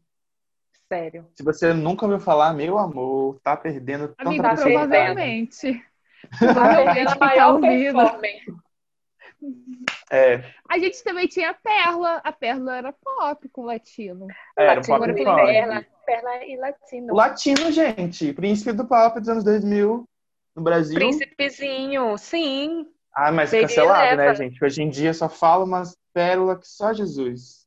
Sério. Se você nunca ouviu falar, meu amor, tá perdendo tanta Amiga, tá oportunidade. [LAUGHS] provavelmente. Provavelmente Provavelmente a quem tá maior ouvindo. performance. É, A gente também tinha a Perla. A Perla era pop com latino. É, era um Latino pop tem rock. perna, perna e latino. O latino, gente. Príncipe do pop dos anos 2000 no Brasil. Príncipezinho, sim. Ah, mas Peguei cancelado, né, essa. gente? Hoje em dia só fala umas pérolas que só Jesus.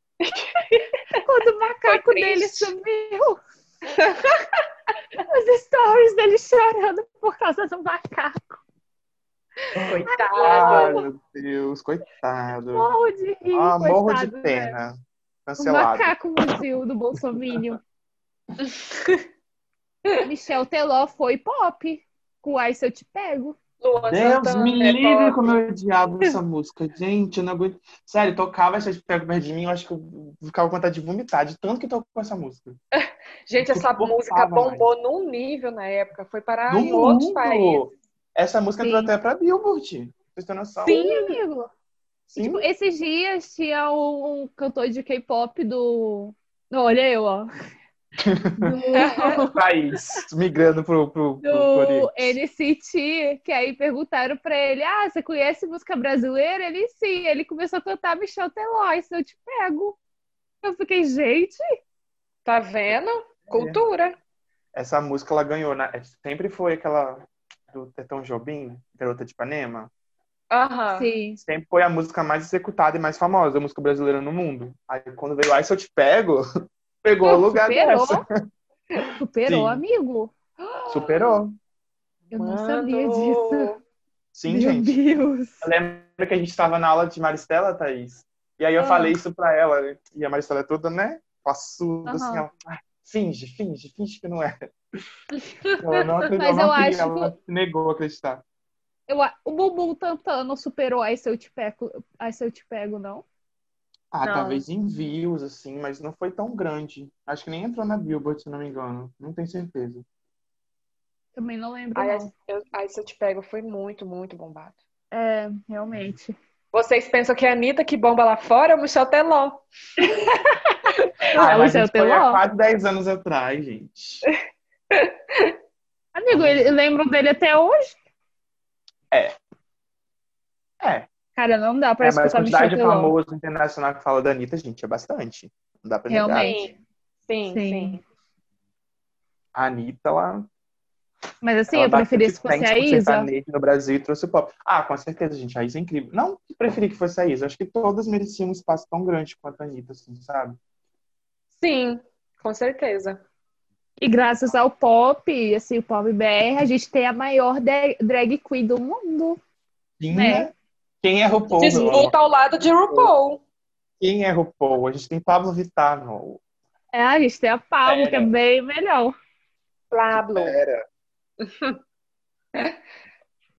Quando o macaco Foi dele triste. sumiu. [LAUGHS] Os stories dele chorando por causa do macaco. Coitado. Ai, meu Deus, coitado. Morro de rir, Ah, morro de coitado, né? pena. O Cancelado. macaco museu do [LAUGHS] Bolsonaro. Michel Teló foi pop. Com Ai Se Eu Te Pego. Luan Deus Santana, me é livre top. como eu odiava essa música. Gente, eu não aguento. Sério, tocava essa pega perto de mim, eu acho que eu ficava com vontade de vomitar, de tanto que tocou essa música. Gente, essa Não música suportava bombou num nível na época. Foi parar No em outros mundo! países. Essa música Sim. entrou até pra Billboard. Vocês têm noção? Sim, Amigo. Sim. Tipo, esses dias tinha um, um cantor de K-pop do. Não, olha eu, [LAUGHS] ó. Do, país, migrando pro, pro, pro do Corinthians. NCT, que aí perguntaram pra ele: Ah, você conhece música brasileira? Ele sim. Ele começou a cantar Michel Teló, Ai Se Eu Te Pego. Eu fiquei, gente, Tá vendo? É. Cultura. Essa música ela ganhou, né? É, Sempre foi aquela do Tetão Jobim, Garota de Ipanema. Ah. Aham. sim. Sempre foi a música mais executada e mais famosa, da música brasileira no mundo. Aí quando veio Ai, se eu te pego, [LAUGHS] pegou o lugar superou. dessa. Superou, Sim. amigo. Superou. Eu não Mano. sabia disso. Sim, Meu gente. Deus. Eu lembro que a gente estava na aula de Maristela, Thaís. E aí eu Ah. falei isso pra ela. né? E a Maristela é toda, né? Passuda, Aham. assim, ela. "Ah, finge, finge, finge que não [LAUGHS] é. ela não, acredita, Mas ela eu não queria, acho ela se negou a acreditar. Eu, a- o Bumbum Tantano superou Ai Se Eu Te Pego, Ai, se eu te pego não? Ah, Não. talvez em views, assim, mas não foi tão grande. Acho que nem entrou na Billboard, se não me engano. Não tenho certeza. Também não lembro, Aí, não. eu- aí se eu te pego, foi muito, muito bombado. É, realmente. Vocês pensam que é a Anitta que bomba lá fora? O Michel Teló. Ah, é o mas seu isso foi teló? há quase 10 anos atrás, gente. Amigo, ele, lembro dele até hoje. É, Cara, não dá pra é mas a escutar Michel quantidade de Teló. é, famoso internacional que fala da Anitta, gente, é bastante. Não dá pra negar. Realmente. Sim, Sim. sim. A Anitta, ela Mas assim, Ela eu bateu preferia de se fosse frente a com o Isa. sertanejo no Brasil e trouxe o pop. Ah, com certeza, gente. A Isa é incrível. Não que preferi que fosse a Isa. Acho que todas mereciam um espaço tão grande quanto a Anitta, assim, sabe? Sim, com certeza. E graças ao pop, assim, o pop BR, a gente tem a maior de- drag queen do mundo. Sim, Né? né? Quem é RuPaul? meu amor? Disputa ao lado de RuPaul. Quem é RuPaul? A gente tem Pablo Vittar, meu. É, a gente tem a Pablo, É. que é bem melhor. Pablo. Era.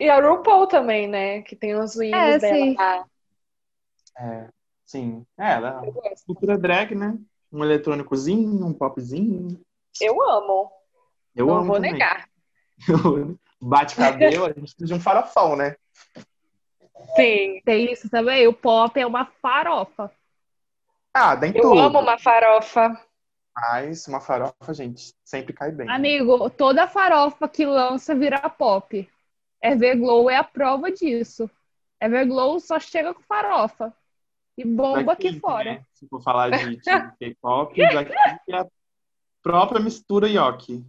E a RuPaul também, né? Que tem os wins É, dela sim. lá. É, sim. É, ela. Eu gosto. Cultura drag, né? Um eletrônicozinho, um popzinho. Eu amo. Eu não amo vou também. [LAUGHS] negar. Bate cabelo, a gente precisa de um farofão, né? Sim. Tem isso também. O pop é uma farofa. Ah, dá em Eu tudo. amo uma farofa. Mas uma farofa, gente, sempre cai bem. Amigo, toda farofa que lança vira pop. Everglow é a prova disso. Everglow só chega com farofa. E bomba aqui Blackpink, fora. né? Se for falar de, de K-pop, Blackpink é a própria mistura yoki.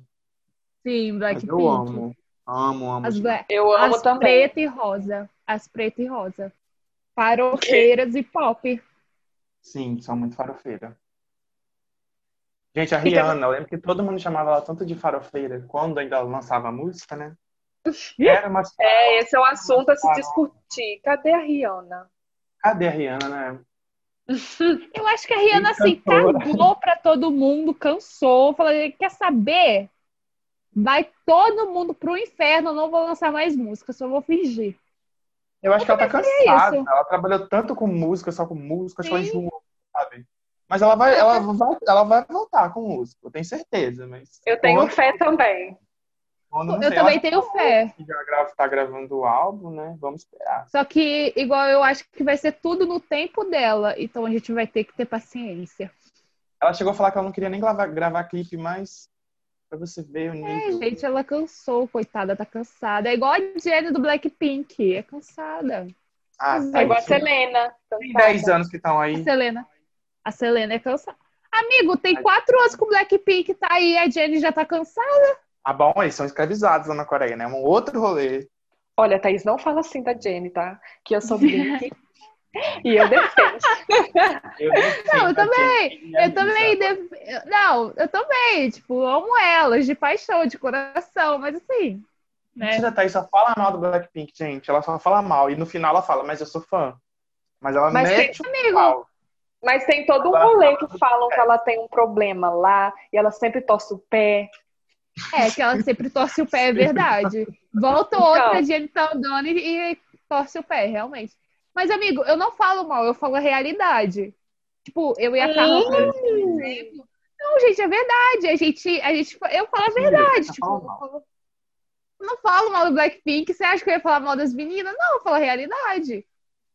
Sim, Mas Blackpink. eu amo. Amo, amo. As, demais. bla- Eu amo as também. preta e rosa. As preta e rosa. Farofeiras e pop. Sim, são muito farofeira. Gente, a E tem- Rihanna, eu lembro que todo mundo chamava ela tanto de farofeira quando ainda lançava a música, né? Era uma... É, esse é o assunto a se discutir. Cadê a Rihanna? Cadê a Rihanna, né? Eu acho que a Rihanna, assim, Cantora. cagou pra todo mundo, cansou. Falou, quer saber? Vai todo mundo pro inferno, eu não vou lançar mais música, só vou fingir. Eu acho que ela tá cansada. isso. Ela trabalhou tanto com música, só com música, acho que ela Sim. enjoou, sabe? Mas ela vai, ela vai, ela vai voltar com música, eu tenho certeza. Mas Eu tenho quando- fé também. quando, não Eu sei, ela também tenho fé. que já grava, tá gravando o álbum, né? Vamos esperar. Só que, igual, eu acho que vai ser tudo no tempo dela. Então a gente vai ter que ter paciência. Ela chegou a falar que ela não queria nem gravar, gravar clipe mais pra você ver o É, nível. gente, ela cansou, coitada, tá cansada. É igual a Jenny do Blackpink, é cansada. ah, mas tá, É igual a isso. Selena. Tem 10 anos que estão A aí. Selena. A Selena é cansada. Amigo, tem quatro anos que o Blackpink tá aí, a Jenny já tá cansada. Ah, bom, eles são escravizados lá na Coreia, né? É um outro rolê. Olha, Thaís, não fala assim da Jenny, tá? Que [LAUGHS] eu sou Blink. e eu defendo. Eu tá defendo Não, eu a também, Jennie e a Eu Lisa. também. né? def- eu- Não, eu também. Tipo, amo elas de paixão, de coração, mas assim. Né? Mentira, a Thaís tá só fala mal do Blackpink, gente. Ela só fala mal. E no final ela fala, mas eu sou fã. Mas ela Mas mete o Amigo, pau. Mas tem todo um rolê que falam que ela tem um problema lá e ela sempre torce o pé. é que ela sempre torce o pé, é verdade. Volta outra, a Jenny tá andando e, e torce o pé, realmente. Mas, amigo, eu não falo mal, eu falo a realidade. Tipo, eu e a Carla, É, por exemplo. Não, gente, é verdade. A gente, a gente, eu falo a verdade. Tá Tipo, falando eu falo- não falo mal do Blackpink. Você acha que eu ia falar mal das meninas? Não, eu falo a realidade.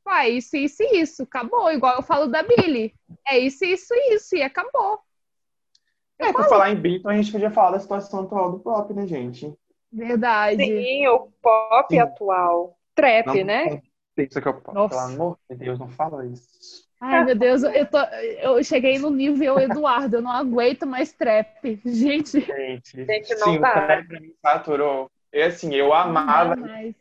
Pai, isso, isso e isso. Acabou. Igual eu falo da Billy. É isso, isso e isso. E acabou. É, por falar em Beatle, a gente podia falar da situação atual do pop, né, gente? Verdade. Sim, o pop Sim. atual. Trap, Não, né? Isso que eu... Pelo Nossa. amor de Deus, não fala isso. [LAUGHS] Ai, meu Deus. Eu, tô, eu cheguei no nível Eduardo. Eu não aguento mais trap. Gente. Gente, Gente, não sim, dá. o trap pra mim saturou. E assim, eu amava não dá mais.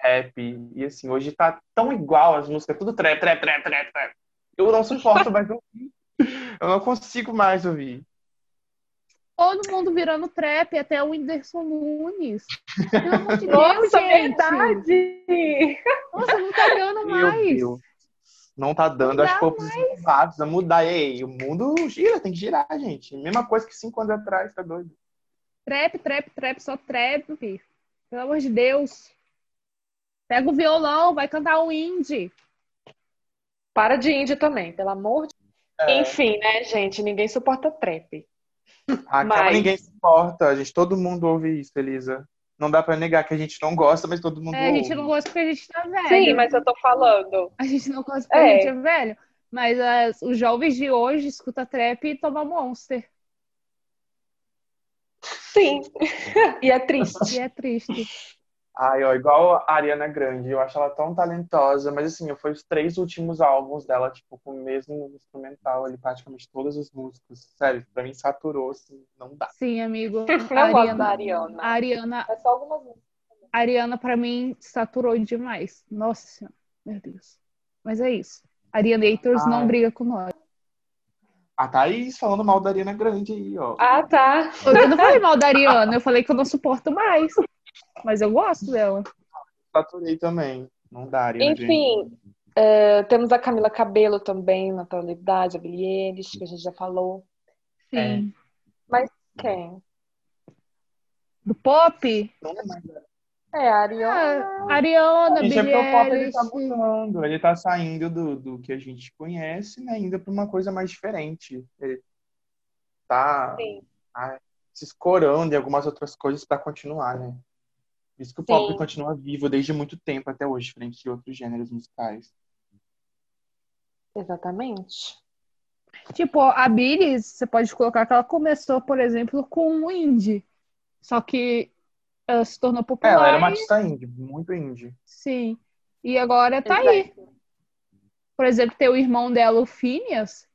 rap. E assim, hoje tá tão igual as músicas, tudo trap, trap, trap, trap, trap. Eu não suporto mais ouvir. Eu não consigo mais ouvir. Todo mundo virando trap, até o Whindersson Nunes. Pelo amor de Deus, Nossa, gente. verdade! Nossa, não tá dando mais. Deus. Não tá dando, Não acho dá que poucos inovados a mudar. Ei, o mundo gira, tem que girar, gente. Mesma coisa que cinco anos atrás, tá doido. Trap, trap, trap, só trap. Pelo amor de Deus. Pega o violão, vai cantar um indie. Para de indie também, pelo amor de É. Enfim, né, gente? Ninguém suporta trap. Acaba Mas- Ah, ninguém se importa, a gente, todo mundo ouve isso, Elisa. Não dá pra negar que a gente não gosta, mas todo mundo É, a gente ouve. não gosta porque a gente tá velho. Sim, mas eu tô falando. A gente não gosta porque É. a gente é velho. Mas as- os jovens de hoje escuta trap e toma monster. Sim. e é triste. [LAUGHS] E é triste. Ai, ó, igual a Ariana Grande, eu acho ela tão talentosa, mas assim, foi os três últimos álbuns dela, tipo, com o mesmo instrumental, ele praticamente todas as músicas. Sério, pra mim saturou, assim, não dá. Sim, amigo. [LAUGHS] Eu gosto da Ariana. A Ariana, É só algumas músicas. a Ariana pra mim, saturou demais. Nossa Senhora, meu Deus. Mas é isso. Ariana Haters não Ai. briga com nós. A Thaís falando mal da Ariana Grande aí, ó. Ah, tá. Eu não falei mal da Ariana, eu falei que eu não suporto mais. Mas eu gosto dela. Saturei também. Não dá, Ariana Enfim, é, temos a Camila Cabelo também, Natalidade, a Billie Eilish, que a gente já falou. Sim. É. Quem? Do pop? Grande. É, a Ariana. Ah, Ariana, Gente, é Billie porque o pop ele Eilish. tá mudando, ele tá saindo do, do que a gente conhece, né, indo pra uma coisa mais diferente. Ele tá Sim. se escorando em algumas outras coisas pra continuar, né? Por isso que o Sim. pop continua vivo desde muito tempo até hoje, frente a outros gêneros musicais. Exatamente. Tipo, a Billie, você pode colocar que ela começou, por exemplo, com o indie. Só que ela se tornou É, popular. ela era uma e- artista indie, muito indie. Sim. E agora tá aí. Exato. Por exemplo, tem o irmão dela, o Phineas.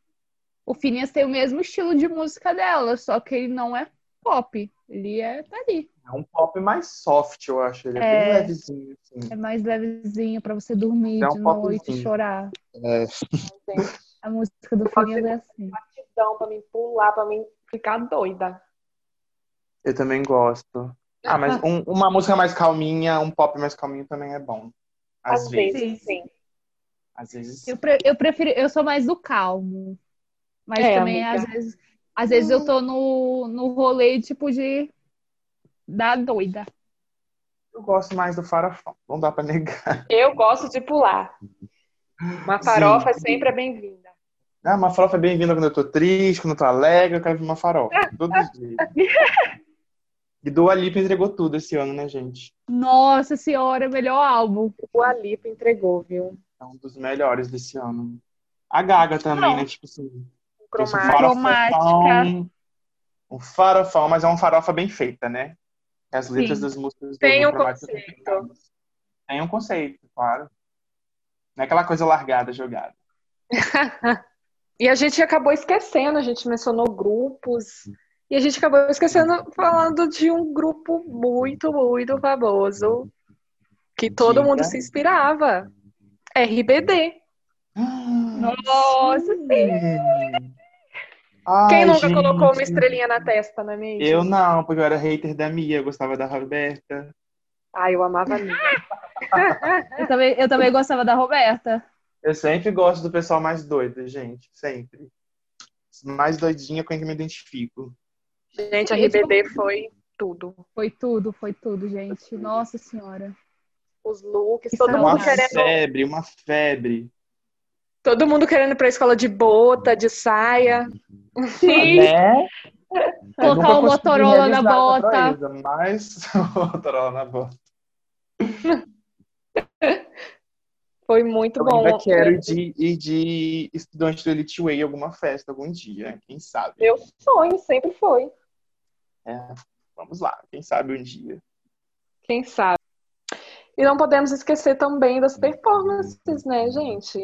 O Phineas tem o mesmo estilo de música dela, só que ele não é pop. Ele é, tá ali. É um pop mais soft, eu acho. Ele é, É. bem levezinho, assim. É mais levezinho pra você dormir É um de noite, popzinho. chorar. É, Gente, A música do Phineas é assim. batidão Então, pra mim pular, pra mim ficar doida. eu também gosto. Ah, mas um- uma música mais calminha, um pop mais calminho também é bom. Às, [LAUGHS] Às vezes. vezes, sim. Às vezes. Eu, pre- eu prefiro, eu sou mais do calmo. Mas É, também, amiga. às vezes, às vezes eu tô no, no rolê, tipo, de dar doida. Eu gosto mais do farofão, não dá pra negar. Eu gosto de pular. Uma farofa sempre é bem-vinda. Ah, uma farofa é bem-vinda quando eu tô triste, quando eu tô alegre, eu quero ver uma farofa. Todos os dias. E Dua Lipa entregou tudo esse ano, né, gente? Nossa senhora, é melhor álbum. O Alipa entregou, viu? É um dos melhores desse ano. A Gaga também, Não. né? Tipo assim, O fez um cromático. farofão. Um farofão, mas é uma farofa bem feita, né? As letras Sim. das músicas Tem do um Cromático são conceito. complicadas. Tem um conceito, claro. Não é aquela coisa largada, jogada. E a gente acabou esquecendo, a gente mencionou grupos. E a gente acabou esquecendo falando de um grupo muito, muito famoso. Que todo Diga. mundo se inspirava. RBD. Nossa, [GASPS] Ai, Quem nunca gente. colocou uma estrelinha na testa, não é mesmo? Eu não, porque eu era hater da Mia, eu gostava da Roberta. Ai, eu amava a minha. eu também, eu também gostava da Roberta. Eu sempre gosto do pessoal mais doido, gente. Sempre. Mais doidinha com quem eu me identifico. Gente, a RBD foi tudo. Foi tudo, foi tudo, gente. Nossa senhora. Os looks, Que todo mundo Uma saudade. querendo um febre, uma febre. Todo mundo querendo ir pra escola de bota, de saia. Sim, Né? Eu nunca colocar o consegui Motorola na realizar essa bota. proeza, Mas [LAUGHS] o Motorola na bota. [LAUGHS] Foi muito Eu bom. ainda quero ir de, ir de estudante do Elite Way em alguma festa algum dia, quem sabe? né? Meu sonho sempre foi. Vamos lá, quem sabe um dia. Quem sabe? E não podemos esquecer também das performances, né, gente?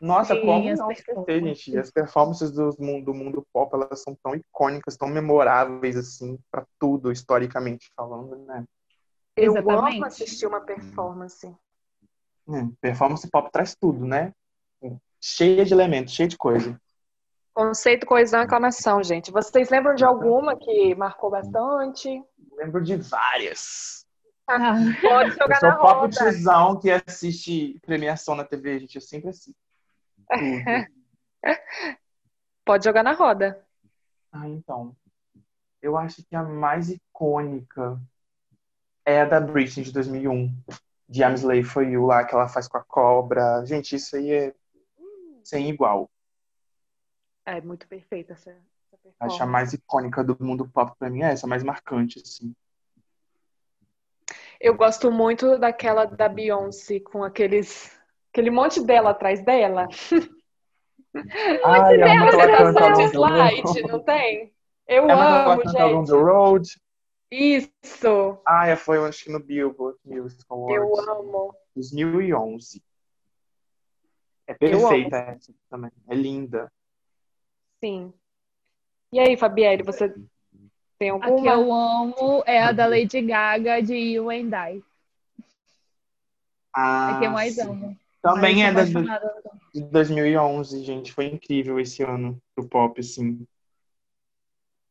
Nossa, Sim, como as não esquecer, performances. gente? As performances do mundo, do mundo pop, elas são tão icônicas, tão memoráveis, assim, pra tudo, historicamente falando, né? Eu amo assistir uma performance. Hum, Performance pop traz tudo, né? Cheia de elementos, cheia de coisa. Conceito, coesão e aclamação, gente. Vocês lembram Uhum. de alguma que marcou bastante? Lembro de várias. Ah, Pode Eu jogar sou um na o pop roda. tiozão que assiste premiação na TV, gente. Eu sempre assisto. Tudo. Pode jogar na roda. ah, então. Eu acho que a mais icônica é a da Britney de 2001. De I'm Slave For You lá, que ela faz com a cobra. Gente, isso aí é sem igual. É muito perfeita essa, essa Acho a performance. mais icônica do mundo pop pra mim é essa, a mais marcante, assim. Eu gosto muito daquela da Beyoncé com aqueles aquele monte dela atrás dela. Ai, dela, amo ela que canta ela canta Ela de Along the Road. É slide, não tem? Eu Amo que ela amo, canta Along the gente. Road. Isso! Ah, é, foi acho que no Billboard Music Eu Awards amo. 2011. É Eu amo. perfeita essa também. É linda. Sim. E aí, Fabielle, você tem A que alguma? eu amo é a da Lady Gaga de You and I. É Ah, que eu mais sim. amo. Também Ai, é eu das sou apaixonada. de 2011, gente. Foi incrível esse ano pro pop, assim.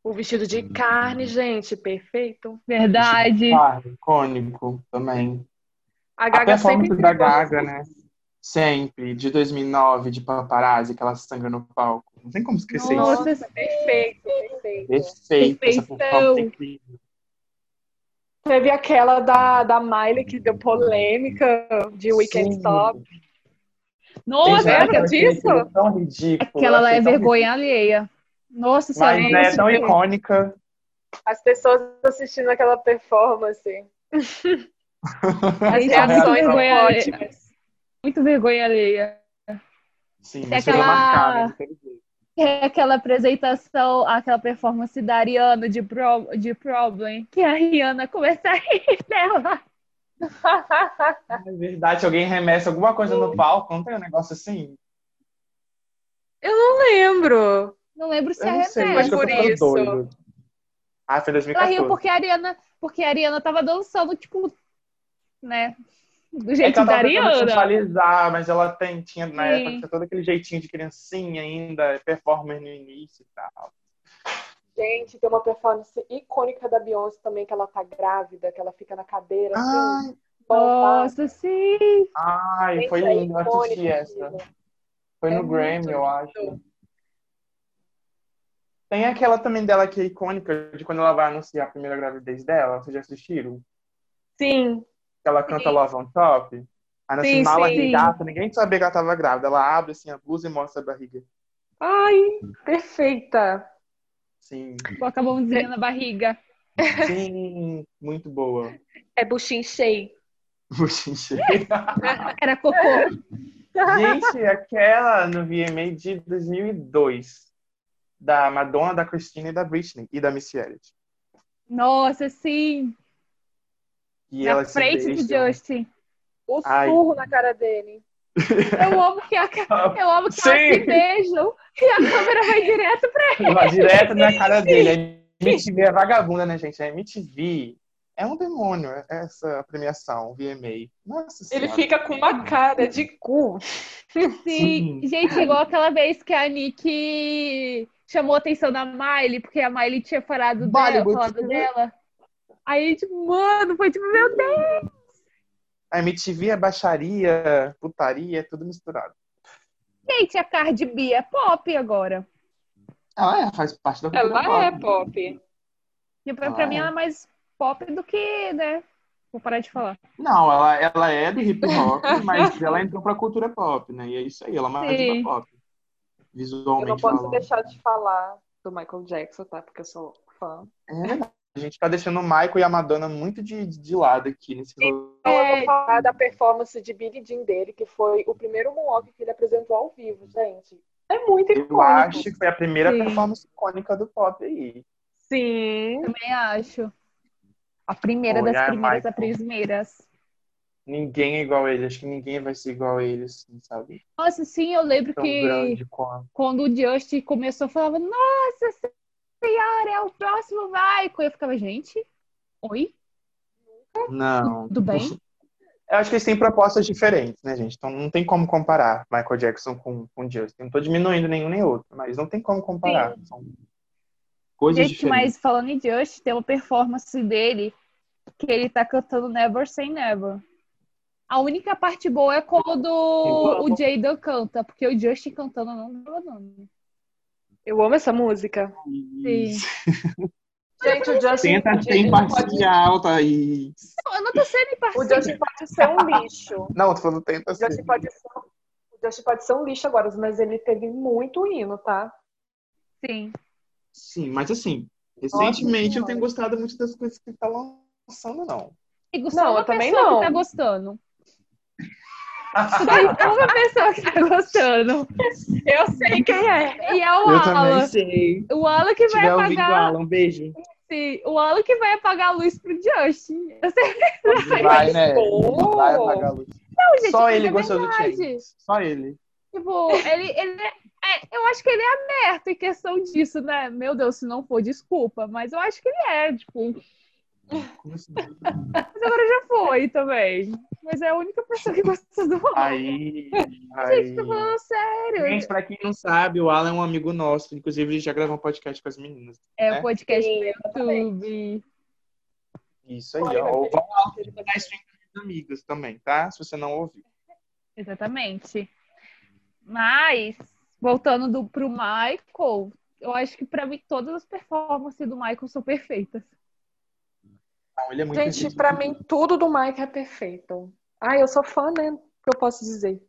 O vestido de carne, gente, perfeito. Verdade. Ah, icônico também. A A Gaga performance sempre da entregou. Gaga, né? Sempre. De 2009, de paparazzi, que ela sangra no palco. Não tem como esquecer isso. Nossa, Nossa, perfeito, perfeito. Perfeito. Essa Perfeição. performance é incrível. Teve aquela da, da Miley que deu polêmica de Weekend Sim. Stop. Nossa, Exato. aquela- lembra disso? É tão ridículo. aquela lá achei é tão vergonha alheia. Nossa senhora. Mas né, é tão icônica. As pessoas assistindo aquela performance. As Gente, reações muito são vergonha alheia. ótimas. Muito vergonha alheia. Sim, É isso vai aquela- marcar, né, de todo jeito. É aquela apresentação, aquela performance da Ariana de, Pro- de Problem, que a Rihanna começa a rir dela. É verdade, alguém remessa alguma coisa no palco, não tem um negócio assim? Não lembro. Não lembro se Eu não sei, é acho que eu por tô ficando isso. doido. Ah, foi em Ela riu 2014. porque a Ariana, porque a Ariana tava dançando, tipo, né? Do É jeito que ela da tava tentando Ariana. sensualizar, mas ela tem, tinha na Sim. época tinha todo aquele jeitinho de criancinha ainda, performer no início e tal. Gente, tem uma performance icônica da Beyoncé também, que ela tá grávida, que ela fica na cadeira, assim, Ai, bombada. Nossa, sim! ai, Gente, foi é lindo, eu assisti icônica, essa. menina. Foi É no Grammy, muito eu acho. Tem aquela também dela que é icônica, de quando ela vai anunciar a primeira gravidez dela, vocês já assistiram? Sim, Que ela canta Love on Top. Ah, Aí no Sim, final ela sim. regata, ninguém sabia que ela tava grávida. Ela abre assim a blusa e mostra a barriga. ai, perfeita. Sim, Coloca a mãozinha na barriga. sim, muito boa. É buchinchei. [LAUGHS] Gente, Era cocô. aquela no VMA de 2002 da Madonna, da Christina e da Britney e da Missy Elliott. Nossa, sim! E na elas se frente do beijam. [LAUGHS] Justin. O Ai. surro na cara dele. Eu amo que, a, eu amo que elas Sim. se beijam e a câmera vai direto pra Vai direto na [LAUGHS] cara dele. A MTV é vagabunda, né, gente? A MTV é um demônio é- essa premiação, VMA. Nossa Ele Senhora. fica com uma cara de cu. sim. Gente, igual aquela vez que a Nick chamou a atenção da Miley, porque a Miley tinha falado dela, Bollywood. falado dela. Aí, tipo, mano, foi tipo, meu Deus! A MTV é baixaria, putaria, é tudo misturado. Gente, a Cardi B é pop agora. Ela é, faz parte da cultura Ela é pop. pop. E pra, Ah, pra mim é. ela é mais pop do que, né? Vou parar de falar. Não, ela, ela é [LAUGHS] do hip hop, mas ela entrou pra cultura pop, né? E é isso aí, ela é uma Sim. diva pop. Eu não Visualmente posso falando. deixar de falar do Michael Jackson, tá? Porque eu sou fã. É verdade. A gente tá deixando o Michael e a Madonna muito de, de lado aqui nesse rolê. Então eu É. vou falar da performance de Billie Jean dele, que foi o primeiro moonwalk que ele apresentou ao vivo, gente. É muito Eu icônico. acho que foi a primeira Sim. performance icônica do pop aí. Sim. Também acho. A primeira Olha, é das primeiras Michael. das primeiras. Ninguém é igual a ele, acho que ninguém vai ser igual a ele, assim, sabe? Nossa, sim, eu lembro Tão que grande quanto. quando o Justin começou, eu falava, nossa senhora, é o próximo Michael. Eu ficava, gente, oi, Não. tipo, tudo bem? Eu acho que eles têm propostas diferentes, né, gente? Então não tem como comparar Michael Jackson com, com Justin. Não tô diminuindo nenhum nem outro, mas não tem como comparar. São coisas Gente, diferentes. mas falando em Justin, tem uma performance dele que ele tá cantando Never Say Never. A única parte boa é quando amo. o Jadon canta, porque o Justin cantando não dava nome. Eu amo essa música. Sim. Gente, o Justin, Tenta ele sem não pode, partir alta aí. Não, eu não tô sendo o imparcial. Justin pode ser um lixo. Não, tô falando tenta O Justin assim. pode ser, um, o Justin pode ser um lixo agora, mas ele teve muito hino, tá? Sim. Sim, mas assim, recentemente eu não tenho gostado muito das coisas que ele tá lançando, não. Digo, Não, só uma eu também pessoa não. que [LAUGHS] tá gostando. Só uma pessoa que tá gostando. Eu sei quem é. E é o Eu também Alan. sei. O Alan que Se tiver vai ouvindo, pagar. Alan, um beijo. Sim, o Alan que vai apagar a luz pro Justin. Eu sei- Vai, né? Pô! Vai apagar a luz. Não, gente, Só mas ele é gostou do verdade. Change. Só ele. Tipo, ele, ele é, é, Eu acho que ele é aberto em questão disso, né? Meu Deus, se não for, desculpa. Mas eu acho que ele é, tipo. Como assim? Mas agora já foi também. Mas é a única pessoa que gostou do Alan. [LAUGHS] Aí. Gente, aí. tô falando sério. Gente, pra quem não sabe, o Alan é um amigo nosso. Inclusive, a gente já gravou um podcast com as meninas. é né? o podcast Sim, do YouTube. Isso aí, Olha, ó. vai Vamos lá, vamos mandar stream com os amigos também, tá? Se você não ouviu. Exatamente. Mas, voltando do, pro Michael, eu acho que pra mim todas as performances do Michael são perfeitas. Não, ele é muito Gente, exigente. pra mim, tudo do Mike é perfeito. Ai, eu sou fã, né? O que eu posso dizer?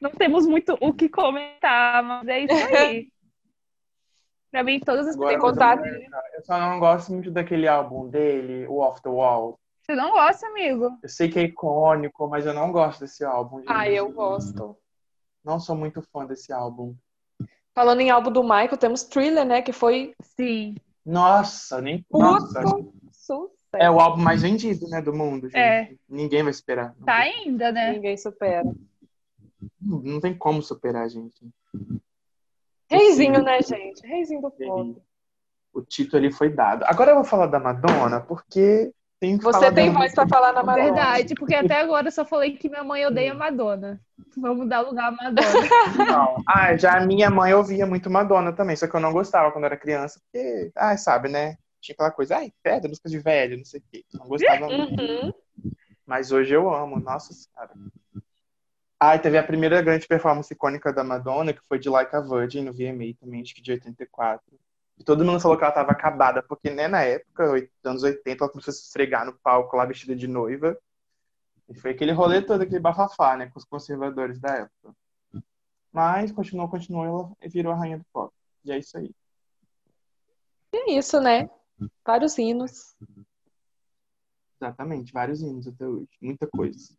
Não temos muito o que comentar, mas é isso aí. [LAUGHS] pra mim, todas as Agora, Tem performances. mas contato. eu- Eu só não gosto muito daquele álbum dele, o Off the Wall. Você não gosta, amigo? Eu sei que é icônico, mas eu não gosto desse álbum. gente. Ai, Ah, eu gosto. Não sou muito fã desse álbum. Falando em álbum do Michael, temos Thriller, né? Que foi Sim. Nossa, nem. Puta. Nossa, sucesso. é o álbum mais vendido, né, do mundo, gente. É. Ninguém vai esperar. Não, Tá ainda, né? Ninguém supera. não tem como superar, gente. Reizinho, né, gente? Reizinho do Ele- povo. O título ali foi dado. Agora eu vou falar da Madonna, porque tem que falar Você tem dela voz pra muito. falar na Madonna. Verdade, porque até agora eu só falei que minha mãe odeia Madonna. Vamos dar lugar à Madonna. Não. Ah, já a minha mãe ouvia muito Madonna também, só que eu não gostava quando era criança, porque, ah, sabe, né? Tinha aquela coisa, ai, pedra, música de velho, não sei o quê. Não gostava muito. [LAUGHS] Uhum. Mas hoje eu amo, nossa senhora. Ai, teve a primeira grande performance icônica da Madonna, que foi de Like a Virgin no VMA também, acho que de 84. E todo mundo falou que ela tava acabada, porque, né, na época, oit- anos 80, ela começou a se esfregar no palco lá vestida de noiva. E foi aquele rolê todo, aquele bafafá, né, com os conservadores da época. Mas continuou, continuou, ela virou a rainha do pop. E é isso aí. E é isso, né? Vários hinos. Exatamente, vários hinos até hoje. Muita coisa.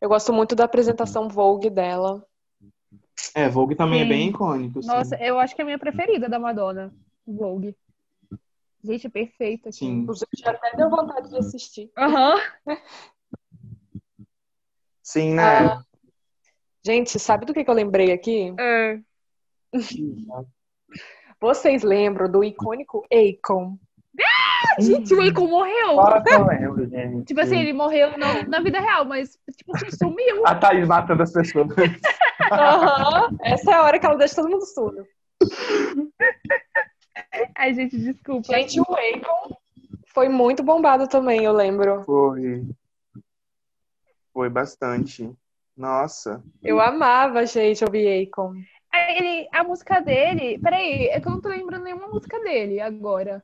Eu gosto muito da apresentação Vogue dela. É, Vogue também Sim. é bem icônico. assim. Nossa, eu acho que é a minha preferida da Madonna, o Vogue. Gente, é perfeita. Sim. Inclusive, já até deu vontade de assistir. Aham. Sim, né? Ah, gente, sabe do que, que eu lembrei aqui? É. Vocês lembram do icônico Akon? Gente, o Akon morreu. Fala que eu lembro, gente. Tipo assim, ele morreu não na vida real, mas tipo assim, sumiu. A Thaís matando [LAUGHS] as pessoas. Aham. [LAUGHS] Essa é a hora que ela deixa todo mundo surdo. Ai, gente, desculpa. Gente, o Akon foi muito bombado também, eu lembro. Foi. Foi bastante. Nossa. Eu amava, gente, ouvir Akon. Aí ele, a música dele. Peraí, é que eu não tô lembrando nenhuma música dele agora.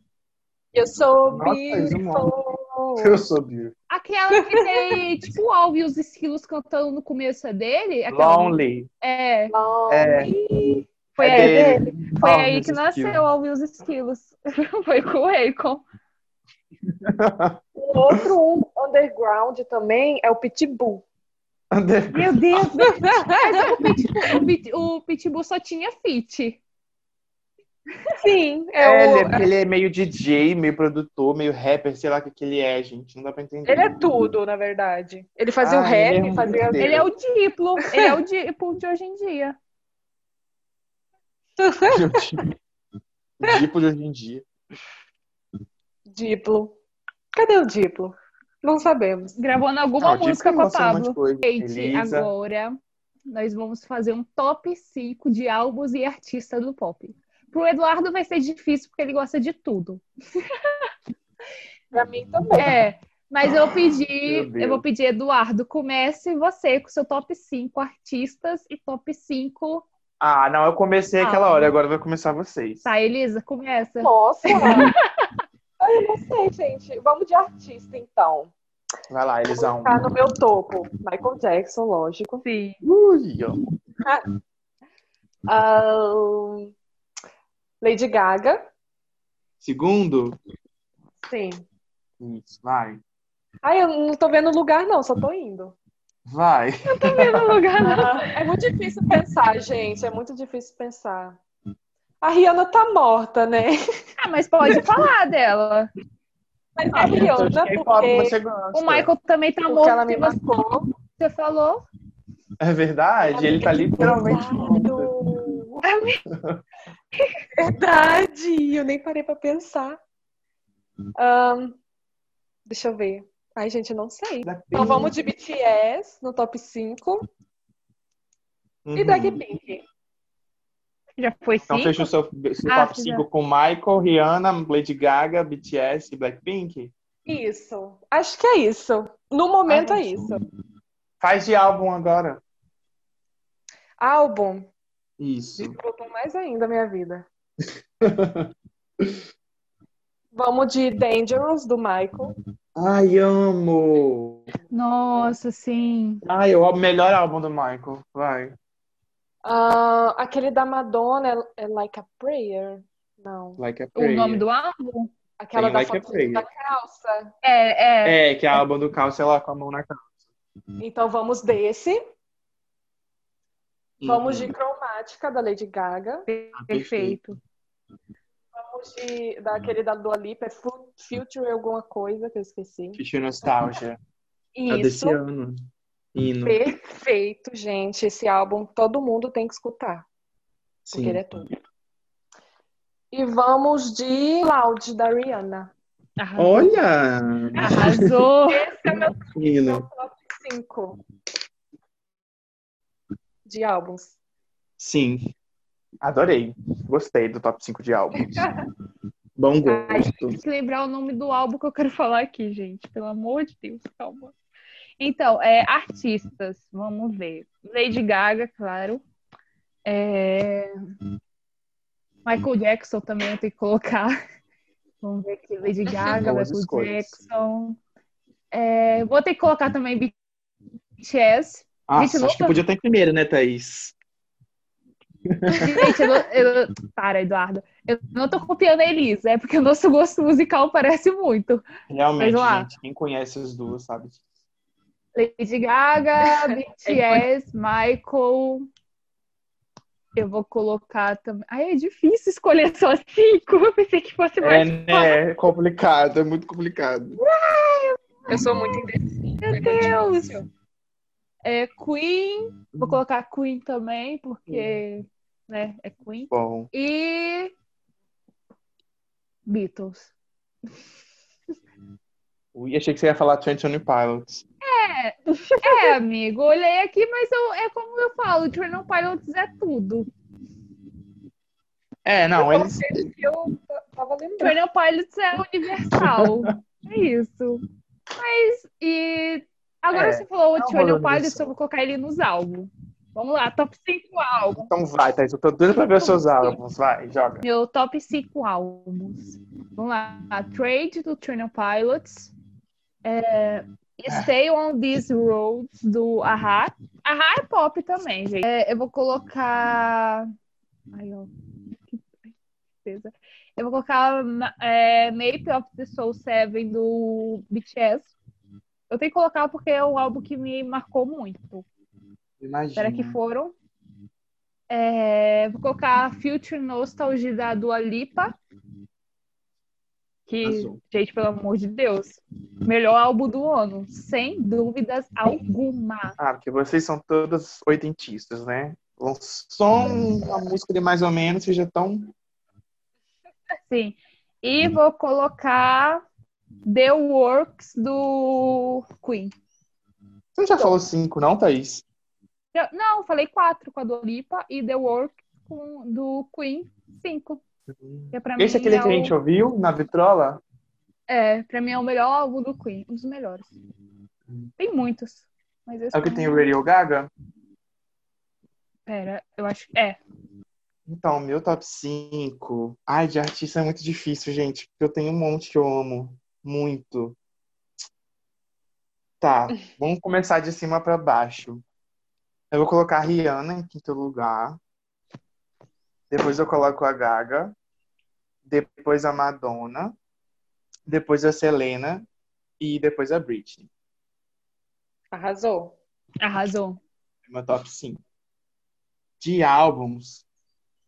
Eu sou Nossa, isso é beautiful. [LAUGHS] Eu soube. Aquela que [LAUGHS] tem, tipo, o Alvo e os esquilos cantando no começo é dele? Aquela, Lonely. É. É, Foi, é aí- dele. foi Lonely, aí que esses nasceu o filmes. Alvo e os esquilos. [LAUGHS] foi com o Akon. O outro um underground também é o Pitbull. Ander- Meu Deus! Mas o Pitbull, o Pit- o Pitbull só tinha fit. Sim, é, É, o... [LAUGHS] ele, é, ele é meio DJ, meio produtor, meio rapper, sei lá o que, que ele é, gente. Não dá pra entender. ele é tudo, na verdade. Ele fazia o Ah, rap, ele é fazia... muito Ele é o Diplo. Ele é o Diplo de hoje em dia. é Eu digo- é o tipo de hoje em dia. Diplo. Cadê o Diplo? Não sabemos. Gravando Ah, alguma o tipo música com a lança um monte de Pablo. coisa. Gente, Elisa. agora nós vamos fazer um top 5 de álbuns e artistas do pop. Pro Eduardo vai ser difícil porque ele gosta de tudo. Pra mim também. É, mas eu Meu pedi, Deus. eu vou pedir, Eduardo, comece você com seu top 5 artistas e top 5. Ah, não, eu comecei Ah. aquela hora, agora vai começar vocês. Tá, Elisa, começa. [LAUGHS] Nossa! Ai, eu não sei, gente. Vamos de artista, então. Vai lá, Elisão. Tá no meu topo. Michael Jackson, lógico. Sim. Ui, ó. Ahn, Lady Gaga. Segundo, Sim. Isso, vai. Ai, eu não tô vendo lugar, não. Só tô indo. Vai. é muito difícil pensar, gente. É muito difícil pensar. A Rihanna tá morta, né? Ah, mas pode falar dela. Mas é Ah, então de curiosa, K-pop porque, você gosta. O Michael também tá porque morto. ela me que você- marcou. Você falou? É verdade, ele tá literalmente morto. Verdade. [LAUGHS] Verdade, eu nem parei pra pensar. Ahn, deixa eu ver. Ai, gente, eu não sei. Então vamos de BTS no top 5 Uhum. e Blackpink. Já foi sim. Então fecha o seu, seu Ah, top já. 5 com Michael, Rihanna, Lady Gaga, BTS e Blackpink. Isso. Acho que é isso. No momento Ah, é isso. Faz de álbum agora. Álbum. Isso. Desfrutam mais ainda a minha [LAUGHS] vida. Vamos de Dangerous do Michael. Ai, amo! Nossa, sim. Ai, eu amo o melhor álbum do Michael. Vai. Ahn, Ah, aquele da Madonna é- é Like a Prayer? Não. Like a O Prayer. nome do álbum? Aquela Tem da Like a foto Prayer. da calça. É, é. É, que é o álbum do Calcio, ela com a mão na cara. Então vamos desse. Uhum. Vamos de Cromática da Lady Gaga. Ah, Perfeito. Vamos de daquele Uhum. da Dua Lipa, é Fu- Future alguma coisa que eu esqueci. Ficha Nostalgia. É Isso. desse ano. Hino. Perfeito, gente. Esse álbum todo mundo tem que escutar, porque ele é tudo. E vamos de Loud da Rihanna. Arrasou. Olha! Arrasou. Esse é o meu Hino. top 5 de álbuns. Sim. Adorei. Gostei do top 5 de álbuns. [LAUGHS] Bom Ai, gosto. Tem que lembrar o nome do álbum que eu quero [LAUGHS] falar aqui, gente. Pelo amor de Deus, calma. Então, é, artistas, vamos ver. Lady Gaga, claro. É, Michael Jackson também eu tenho que colocar. [LAUGHS] Vamos ver aqui. Lady Gaga, Boas Michael escolhas. Jackson. É, vou ter que colocar também BTS. Nossa, Gente, acho que louca. podia estar em primeiro, né, Thaís? Gente, eu não- eu- para, Eduardo. Eu não tô copiando a Elisa, é porque o nosso gosto musical parece muito. Realmente, Mas lá. gente, quem conhece as duas sabe. Lady Gaga, BTS, Michael. Eu vou colocar também. Ai, é difícil escolher só cinco. Eu pensei que fosse É, mais. né? É complicado, é muito complicado. Eu sou muito indecisa. Meu Deus! É Queen. Vou colocar Queen também, porque né, é Queen. Bom, E. Beatles. eu achei que você ia falar 21 Pilots. É, amigo, olhei aqui, mas eu- é como eu falo: Train Pilots é tudo. É, não, Eu eles. confesso que eu tava [LAUGHS] lembrando. Train Pilots é universal. é isso. Mas, e. Agora É, você falou é um o Train rolê Pilots, universal. eu vou colocar ele nos álbuns. Vamos lá, top 5 álbuns. Então vai, Thaís, eu tô doido pra ver os seus álbuns. Vai, joga. Meu top 5 álbuns. Vamos lá. A Trade do Train Pilots. É, Stay on These Roads do Ahá. Ahá é pop também, gente. É, eu vou colocar. Ai, ó. Que tristeza. Eu vou colocar ma- é, Map of the Soul 7 do BTS. Eu tenho que colocar porque é um álbum que me marcou muito. Será Imagina. que foram? É, vou colocar Future Nostalgia da Dua Lipa. Que, Arrasou. gente, pelo amor de Deus. Melhor álbum do ano, sem dúvidas alguma. Ah, porque vocês são todas oitentistas, né? Só uma música de mais ou menos, vocês já estão. Sim. E vou colocar The Works do Queen. Você não já falou cinco, não, Thaís? Eu- não, falei quatro com a Dua Lipa e The Works com, do Queen, cinco. Que pra Esse é mim aquele é que a gente o, ouviu na vitrola? é, pra mim é o melhor álbum do Queen, um dos melhores. Tem muitos. Mas esse É o que pra tem mim- o Radio Gaga? Pera, eu acho que. É. Então, meu top 5. Ai, de artista é muito difícil, gente. Porque eu tenho um monte que eu amo. Muito. Tá, vamos começar de cima pra baixo. Eu vou colocar a Rihanna em quinto lugar. Depois eu coloco a Gaga. Depois a Madonna. Depois a Selena. E depois a Britney. Arrasou. Arrasou. É Meu top 5. De álbuns.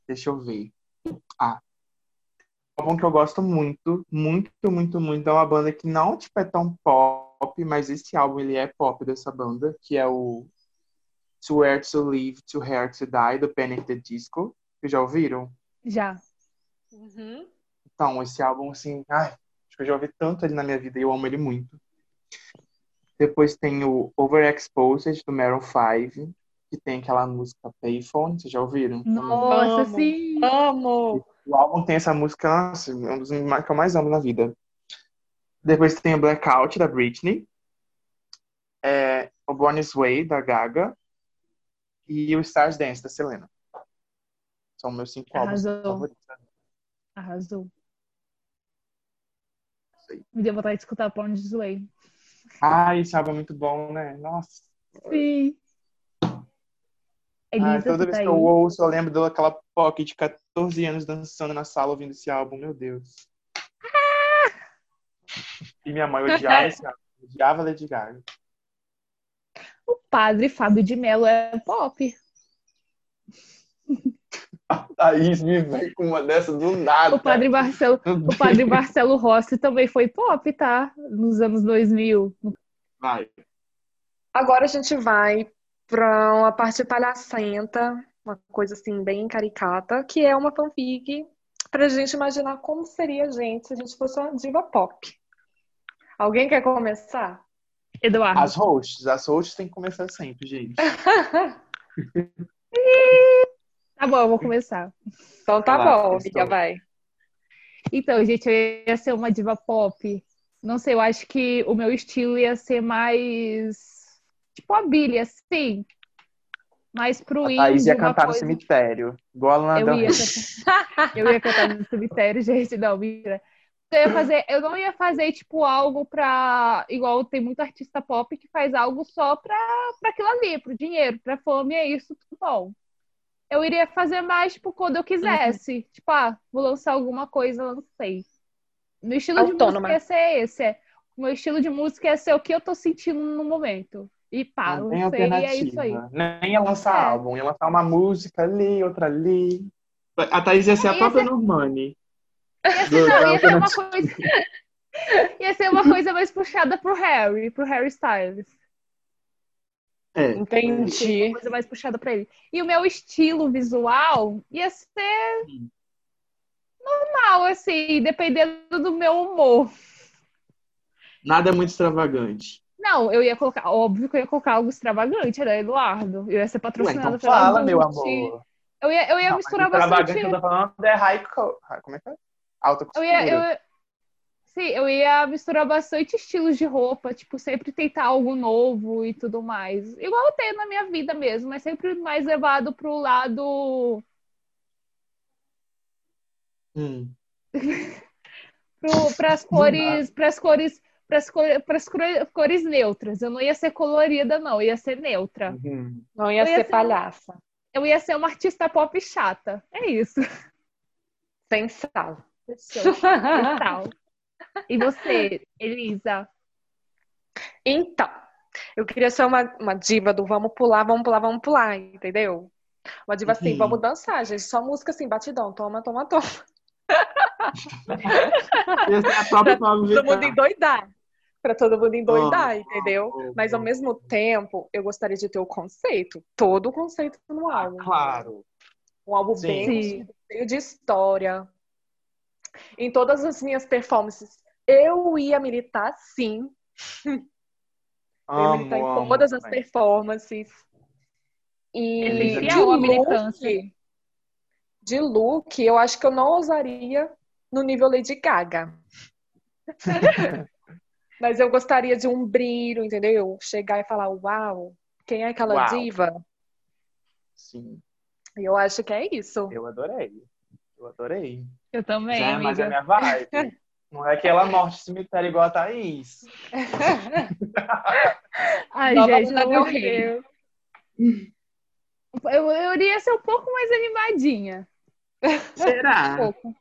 Deixa eu ver. Ah. álbum que eu gosto muito, muito, muito, muito. É uma banda que não tipo, é tão pop, mas esse álbum ele é pop dessa banda, que é o To Where to Live, To Where to Die, do Panic the Disco. Vocês já ouviram? Já. Uhum. Então, esse álbum, assim, ai, acho que eu já ouvi tanto ele na minha vida e eu amo ele muito. Depois tem o Overexposed, do Maroon 5, que tem aquela música Payphone, vocês já ouviram? Nossa, Amo. sim! Amo! O álbum tem essa música, nossa, é um dos mais- que eu mais amo na vida. Depois tem o Blackout, da Britney. É, o Born This Way, da Gaga. E o Stars Dance, da Selena. São meus cinco álbuns Arrasou. favoritos. Arrasou. Sei. Me deu vontade de escutar Porn de Zoey. Ah, esse álbum é muito bom, né? Nossa. Sim. Ah, Elisa, toda tu vez tá que aí. eu ouço, eu lembro daquela pocket de 14 anos dançando na sala ouvindo esse álbum, meu Deus. E minha mãe odiava esse álbum, odiava Lady Gaga. O padre Fábio de Mello é pop. Thaís me vem com uma dessa do nada. O padre Marcelo, o padre Marcelo Rossi também foi pop, tá? Nos anos 2000. Vai. Agora a gente vai pra uma parte palhacenta, uma coisa assim bem caricata, que é uma fanfic pra gente imaginar como seria a gente se a gente fosse uma diva pop. Alguém quer começar? Eduardo. As hosts, as hosts tem que começar sempre, gente. Tá bom, eu vou começar. Então tá Vai lá, bom, estou. amiga, vai. Então, gente, eu ia ser uma diva pop. Não sei, eu acho que o meu estilo ia ser mais. Tipo a Billy, assim. Mais pro A índio. Thaís ia uma cantar no coisa- cemitério. Igual a Lana Eu Del ia, Rey. cantar- [LAUGHS] eu ia cantar no cemitério, gente, não, mentira. Eu, ia fazer, eu não ia fazer, tipo, algo pra. Igual tem muito artista pop que faz algo só pra, pra aquilo ali, pro dinheiro, pra fome, é isso, tudo bom. Eu iria fazer mais, tipo, quando eu Uhum. quisesse. Tipo, ah, vou lançar alguma coisa, lancei. Meu estilo Autônoma. de música ia ser esse. É. O Meu estilo de música ia ser o que eu tô sentindo no momento. E pá, Não tem lancei, e é isso aí. alternativa. Nem ia lançar É. álbum, ia lançar uma música ali, outra ali. A Thaís ia ser a Ia própria Normani. Do- da Não, ia ser uma alternativa. coisa. ia ser uma coisa [LAUGHS] mais puxada pro Harry, pro Harry Styles. assim, É. Entendi. Uma coisa mais puxada pra ele. E o meu estilo visual ia ser Hum. normal, assim, dependendo do meu humor. Nada é muito extravagante. Não, eu ia colocar, óbvio que eu ia colocar algo extravagante, né, Eduardo? Eu ia ser Ué, patrocinada então pela fala, meu Gucci. amor. Eu ia, eu ia Não, mas misturar extravagante bastante. que eu tô falando é high co... high- Como é que é? Alta Eu costura. ia, eu, sim, eu ia misturar bastante estilos de roupa, tipo, sempre tentar algo novo e tudo mais. Igual eu tenho na minha vida mesmo, mas sempre mais levado pro lado, Hum. pro, [LAUGHS] pras cores, pras cores, pras cores, pras cores, cores neutras. Eu não ia ser colorida, não, eu ia ser neutra. Uhum. Não ia Eu ia ser ser- palhaça. Eu ia ser uma artista pop chata. É isso. Sem sal. [LAUGHS] E tal. E você, Elisa? Então, eu queria ser uma, uma diva do vamos pular, vamos pular, vamos pular, entendeu? Uma diva assim, Uhum. vamos dançar, gente. Só música assim, batidão, toma, toma, toma. Ia ser é a própria Pablo Todo mundo Vittar. endoidar. Pra todo mundo endoidar, Amo, entendeu? amo, Mas ao amo. mesmo tempo, eu gostaria de ter o conceito, todo o conceito no Ah, álbum. claro. Um álbum Sim. bem Sim. construído, cheio de história. Em todas as minhas performances, eu ia militar sim Eu ia militar Amo, em amo todas as também. performances. E Elisa, de Seria é uma look, militância. de look, eu acho que eu não ousaria no nível Lady Gaga. [LAUGHS] Mas eu gostaria de um brilho, entendeu? Chegar e falar, uau, quem é aquela Uau. diva? Sim, E Eu acho que é isso. eu adorei. Eu adorei. Eu também, Já é mais a amiga. minha vibe. Não é aquela morte de cemitério igual a Thaís. Ai, Nova gente, Lana pelo amor Del de Rey. Deus. Eu, eu iria ser um pouco mais animadinha. Um Será? pouco. 1%.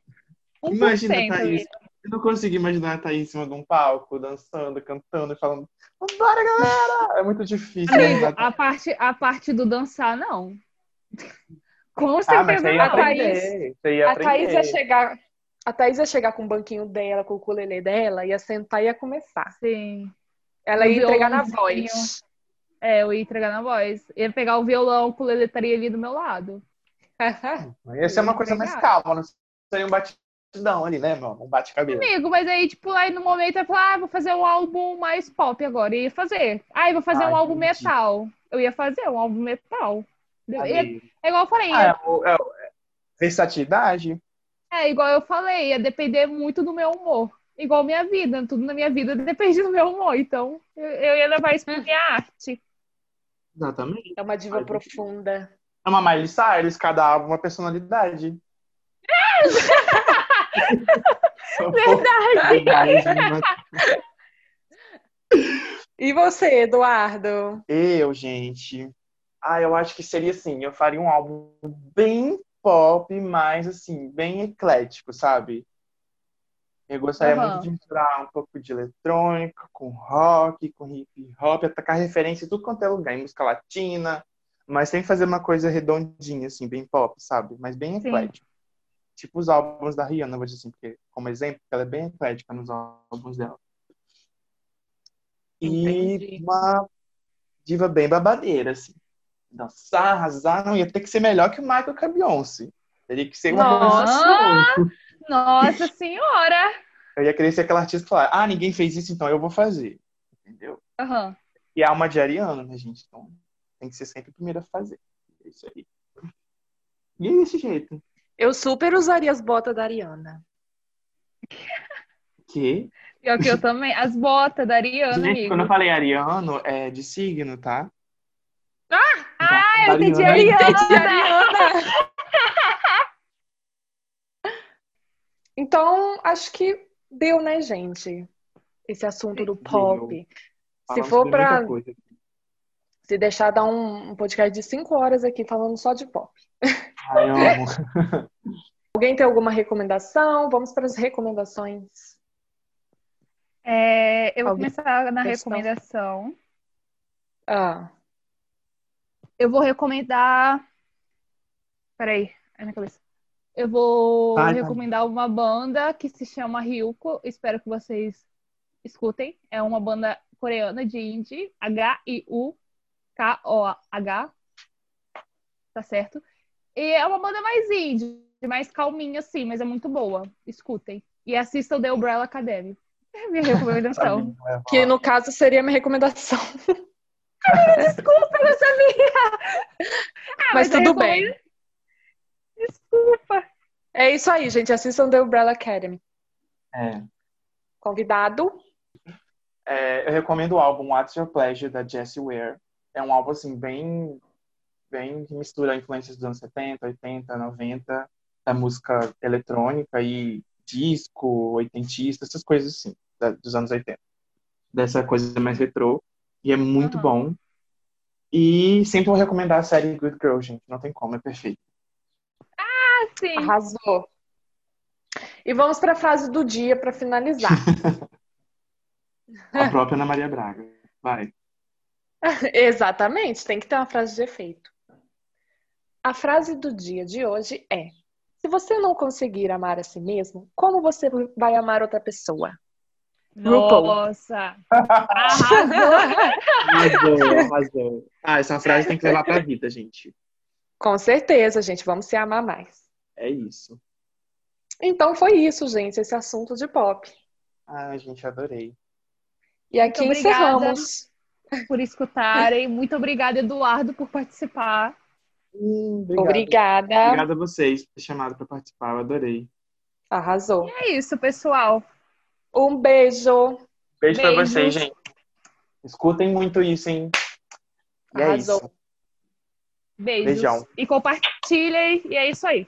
Ah. Imagina, eu Thaís. tá iria. Eu não consigo imaginar a Thaís em cima de um palco, dançando, cantando e falando Vambora, galera! É muito difícil. Amigo, né? a parte, a parte do dançar, não. Com Ah, mas certeza Ah, você ia não. a Thaís- aprender. Você ia A Thaís aprender. ia chegar A Thaís ia chegar com o banquinho dela, com o ukulele dela, ia sentar e ia começar. Sim. Ela ia Um entregar na violãozinho. voz. [LAUGHS] É, eu ia entregar na voz. Ia pegar o violão com o leletaria ali do meu lado. É Ia ser uma coisa mais calma, não seria um batidão ali, né, mano? Um bate-cabelo. Amigo, mas aí, tipo, aí no momento vai falar, ah, vou fazer um álbum mais pop agora. E ia fazer. Ah, eu vou fazer Ah, um álbum entendi. metal. Eu ia fazer um álbum metal. Entendeu? Ali. Ia- É igual eu falei, Ah, ia- é, o- é, o- é versatilidade. é igual eu falei, ia depender muito do meu humor. Igual minha vida, tudo na minha vida depende do meu humor. Então, eu, eu ia levar isso pra minha arte. Exatamente. É uma diva Ai, gente. profunda. É uma Miley Cyrus, cada álbum uma personalidade. Verdade. E você, Eduardo? Eu, gente. Ah, eu acho que seria assim, eu faria um álbum bem pop, mas assim, bem eclético, sabe? Eu gostaria Aham. muito de misturar um pouco de eletrônica, com rock, com hip hop, atacar referência em tudo quanto é lugar, em música latina, mas sem fazer uma coisa redondinha, assim, bem pop, sabe? Mas bem Sim. eclético. Tipo os álbuns da Rihanna, vou dizer assim, porque, como exemplo, ela é bem eclética nos álbuns dela. E Entendi. uma diva bem babadeira, assim. Dançar, arrasar, não ia ter que ser melhor que o Michael que a Beyoncé. Teria que ser uma Nossa! coisa assim. Ah, Nossa senhora! Eu ia querer ser aquela artista que fala, ah, ninguém fez isso, então eu vou fazer. Entendeu? Aham. E a alma de Ariana, né, gente? Então tem que ser sempre a primeira a fazer. É isso aí. E é desse jeito. Eu super usaria as botas da Ariana. Que? Pior que eu também. As botas da Ariana, Gente, amigo. quando eu falei Ariano, é de signo, tá? Ah! Ah, eu entendi a Ariana. Entendi, Ariana! Ariana! [LAUGHS] então, acho que deu, né, gente? Esse assunto do pop. Se Falamos for sobre muita pra coisa. se deixar dar um, um podcast de cinco horas aqui falando só de pop. Ai, eu amo. Alguém tem alguma recomendação? Vamos para as recomendações. É, eu vou Alguém? começar na Questão? recomendação. Ah, Eu vou recomendar. Peraí, é minha cabeça. Eu vou Vai, vai. recomendar uma banda que se chama Ryuko. Espero que vocês escutem. É uma banda coreana de indie, H-I-U-K-O-H. Tá certo? E é uma banda mais indie, mais calminha, assim, mas é muito boa. Escutem. E assistam The Umbrella Academy. É [LAUGHS] a minha recomendação. Sabia, eu ia que no caso seria minha recomendação. [LAUGHS] Desculpa, eu não [LAUGHS] sabia! Ah, mas eu tudo bem. Desculpa. É isso aí, gente. Assistam The Umbrella Academy. falar. É. Convidado. É, eu recomendo o álbum What's Your Pleasure, da Jessie Ware. É um álbum, assim, bem... Bem que mistura influências dos anos 70, 80, 90, da música eletrônica e disco, oitentista, essas coisas assim, da- dos anos 80. Dessa coisa mais retrô. E é muito Aham. bom. E sempre vou recomendar a série Good Girl, gente. Não tem como, é perfeito. Assim, Arrasou. E vamos para a frase do dia para [LAUGHS] finalizar. [LAUGHS] A própria Ana Maria Braga. Vai. Exatamente, tem que ter uma frase de efeito. A frase do dia de hoje é: Se você não conseguir amar a si mesmo, como você vai amar outra pessoa? RuPaul. [LAUGHS] nossa. Arrasou. Arrasou, arrasou. Ah, essa frase tem que levar pra vida, gente. Com certeza, gente, vamos se amar mais. É isso. Então foi isso, gente, esse assunto de pop. Ai, Ah, gente, adorei. E aqui Muito obrigada. encerramos. por escutarem. Muito obrigada, Eduardo, por participar. Hum, obrigado. Obrigada. Obrigado a vocês por ter chamado para participar, eu adorei. Arrasou. É isso, pessoal. Um beijo. Beijo pra Beijos. vocês, gente. Escutem muito isso, hein? E é Arrasou. isso. Beijos. Beijão. E compartilhem. E é isso aí.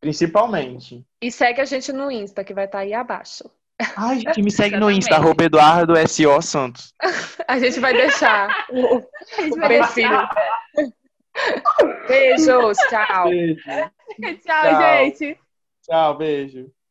Principalmente. E segue a gente no Insta, que vai estar aí abaixo. Ai, gente, me segue no Exatamente. Insta, arroba Eduardo S.O. Santos. A gente vai deixar o A gente o vai perfil. deixar. [LAUGHS] Beijos, tchau. Beijo. Tchau, Tchau. gente. Tchau, beijo.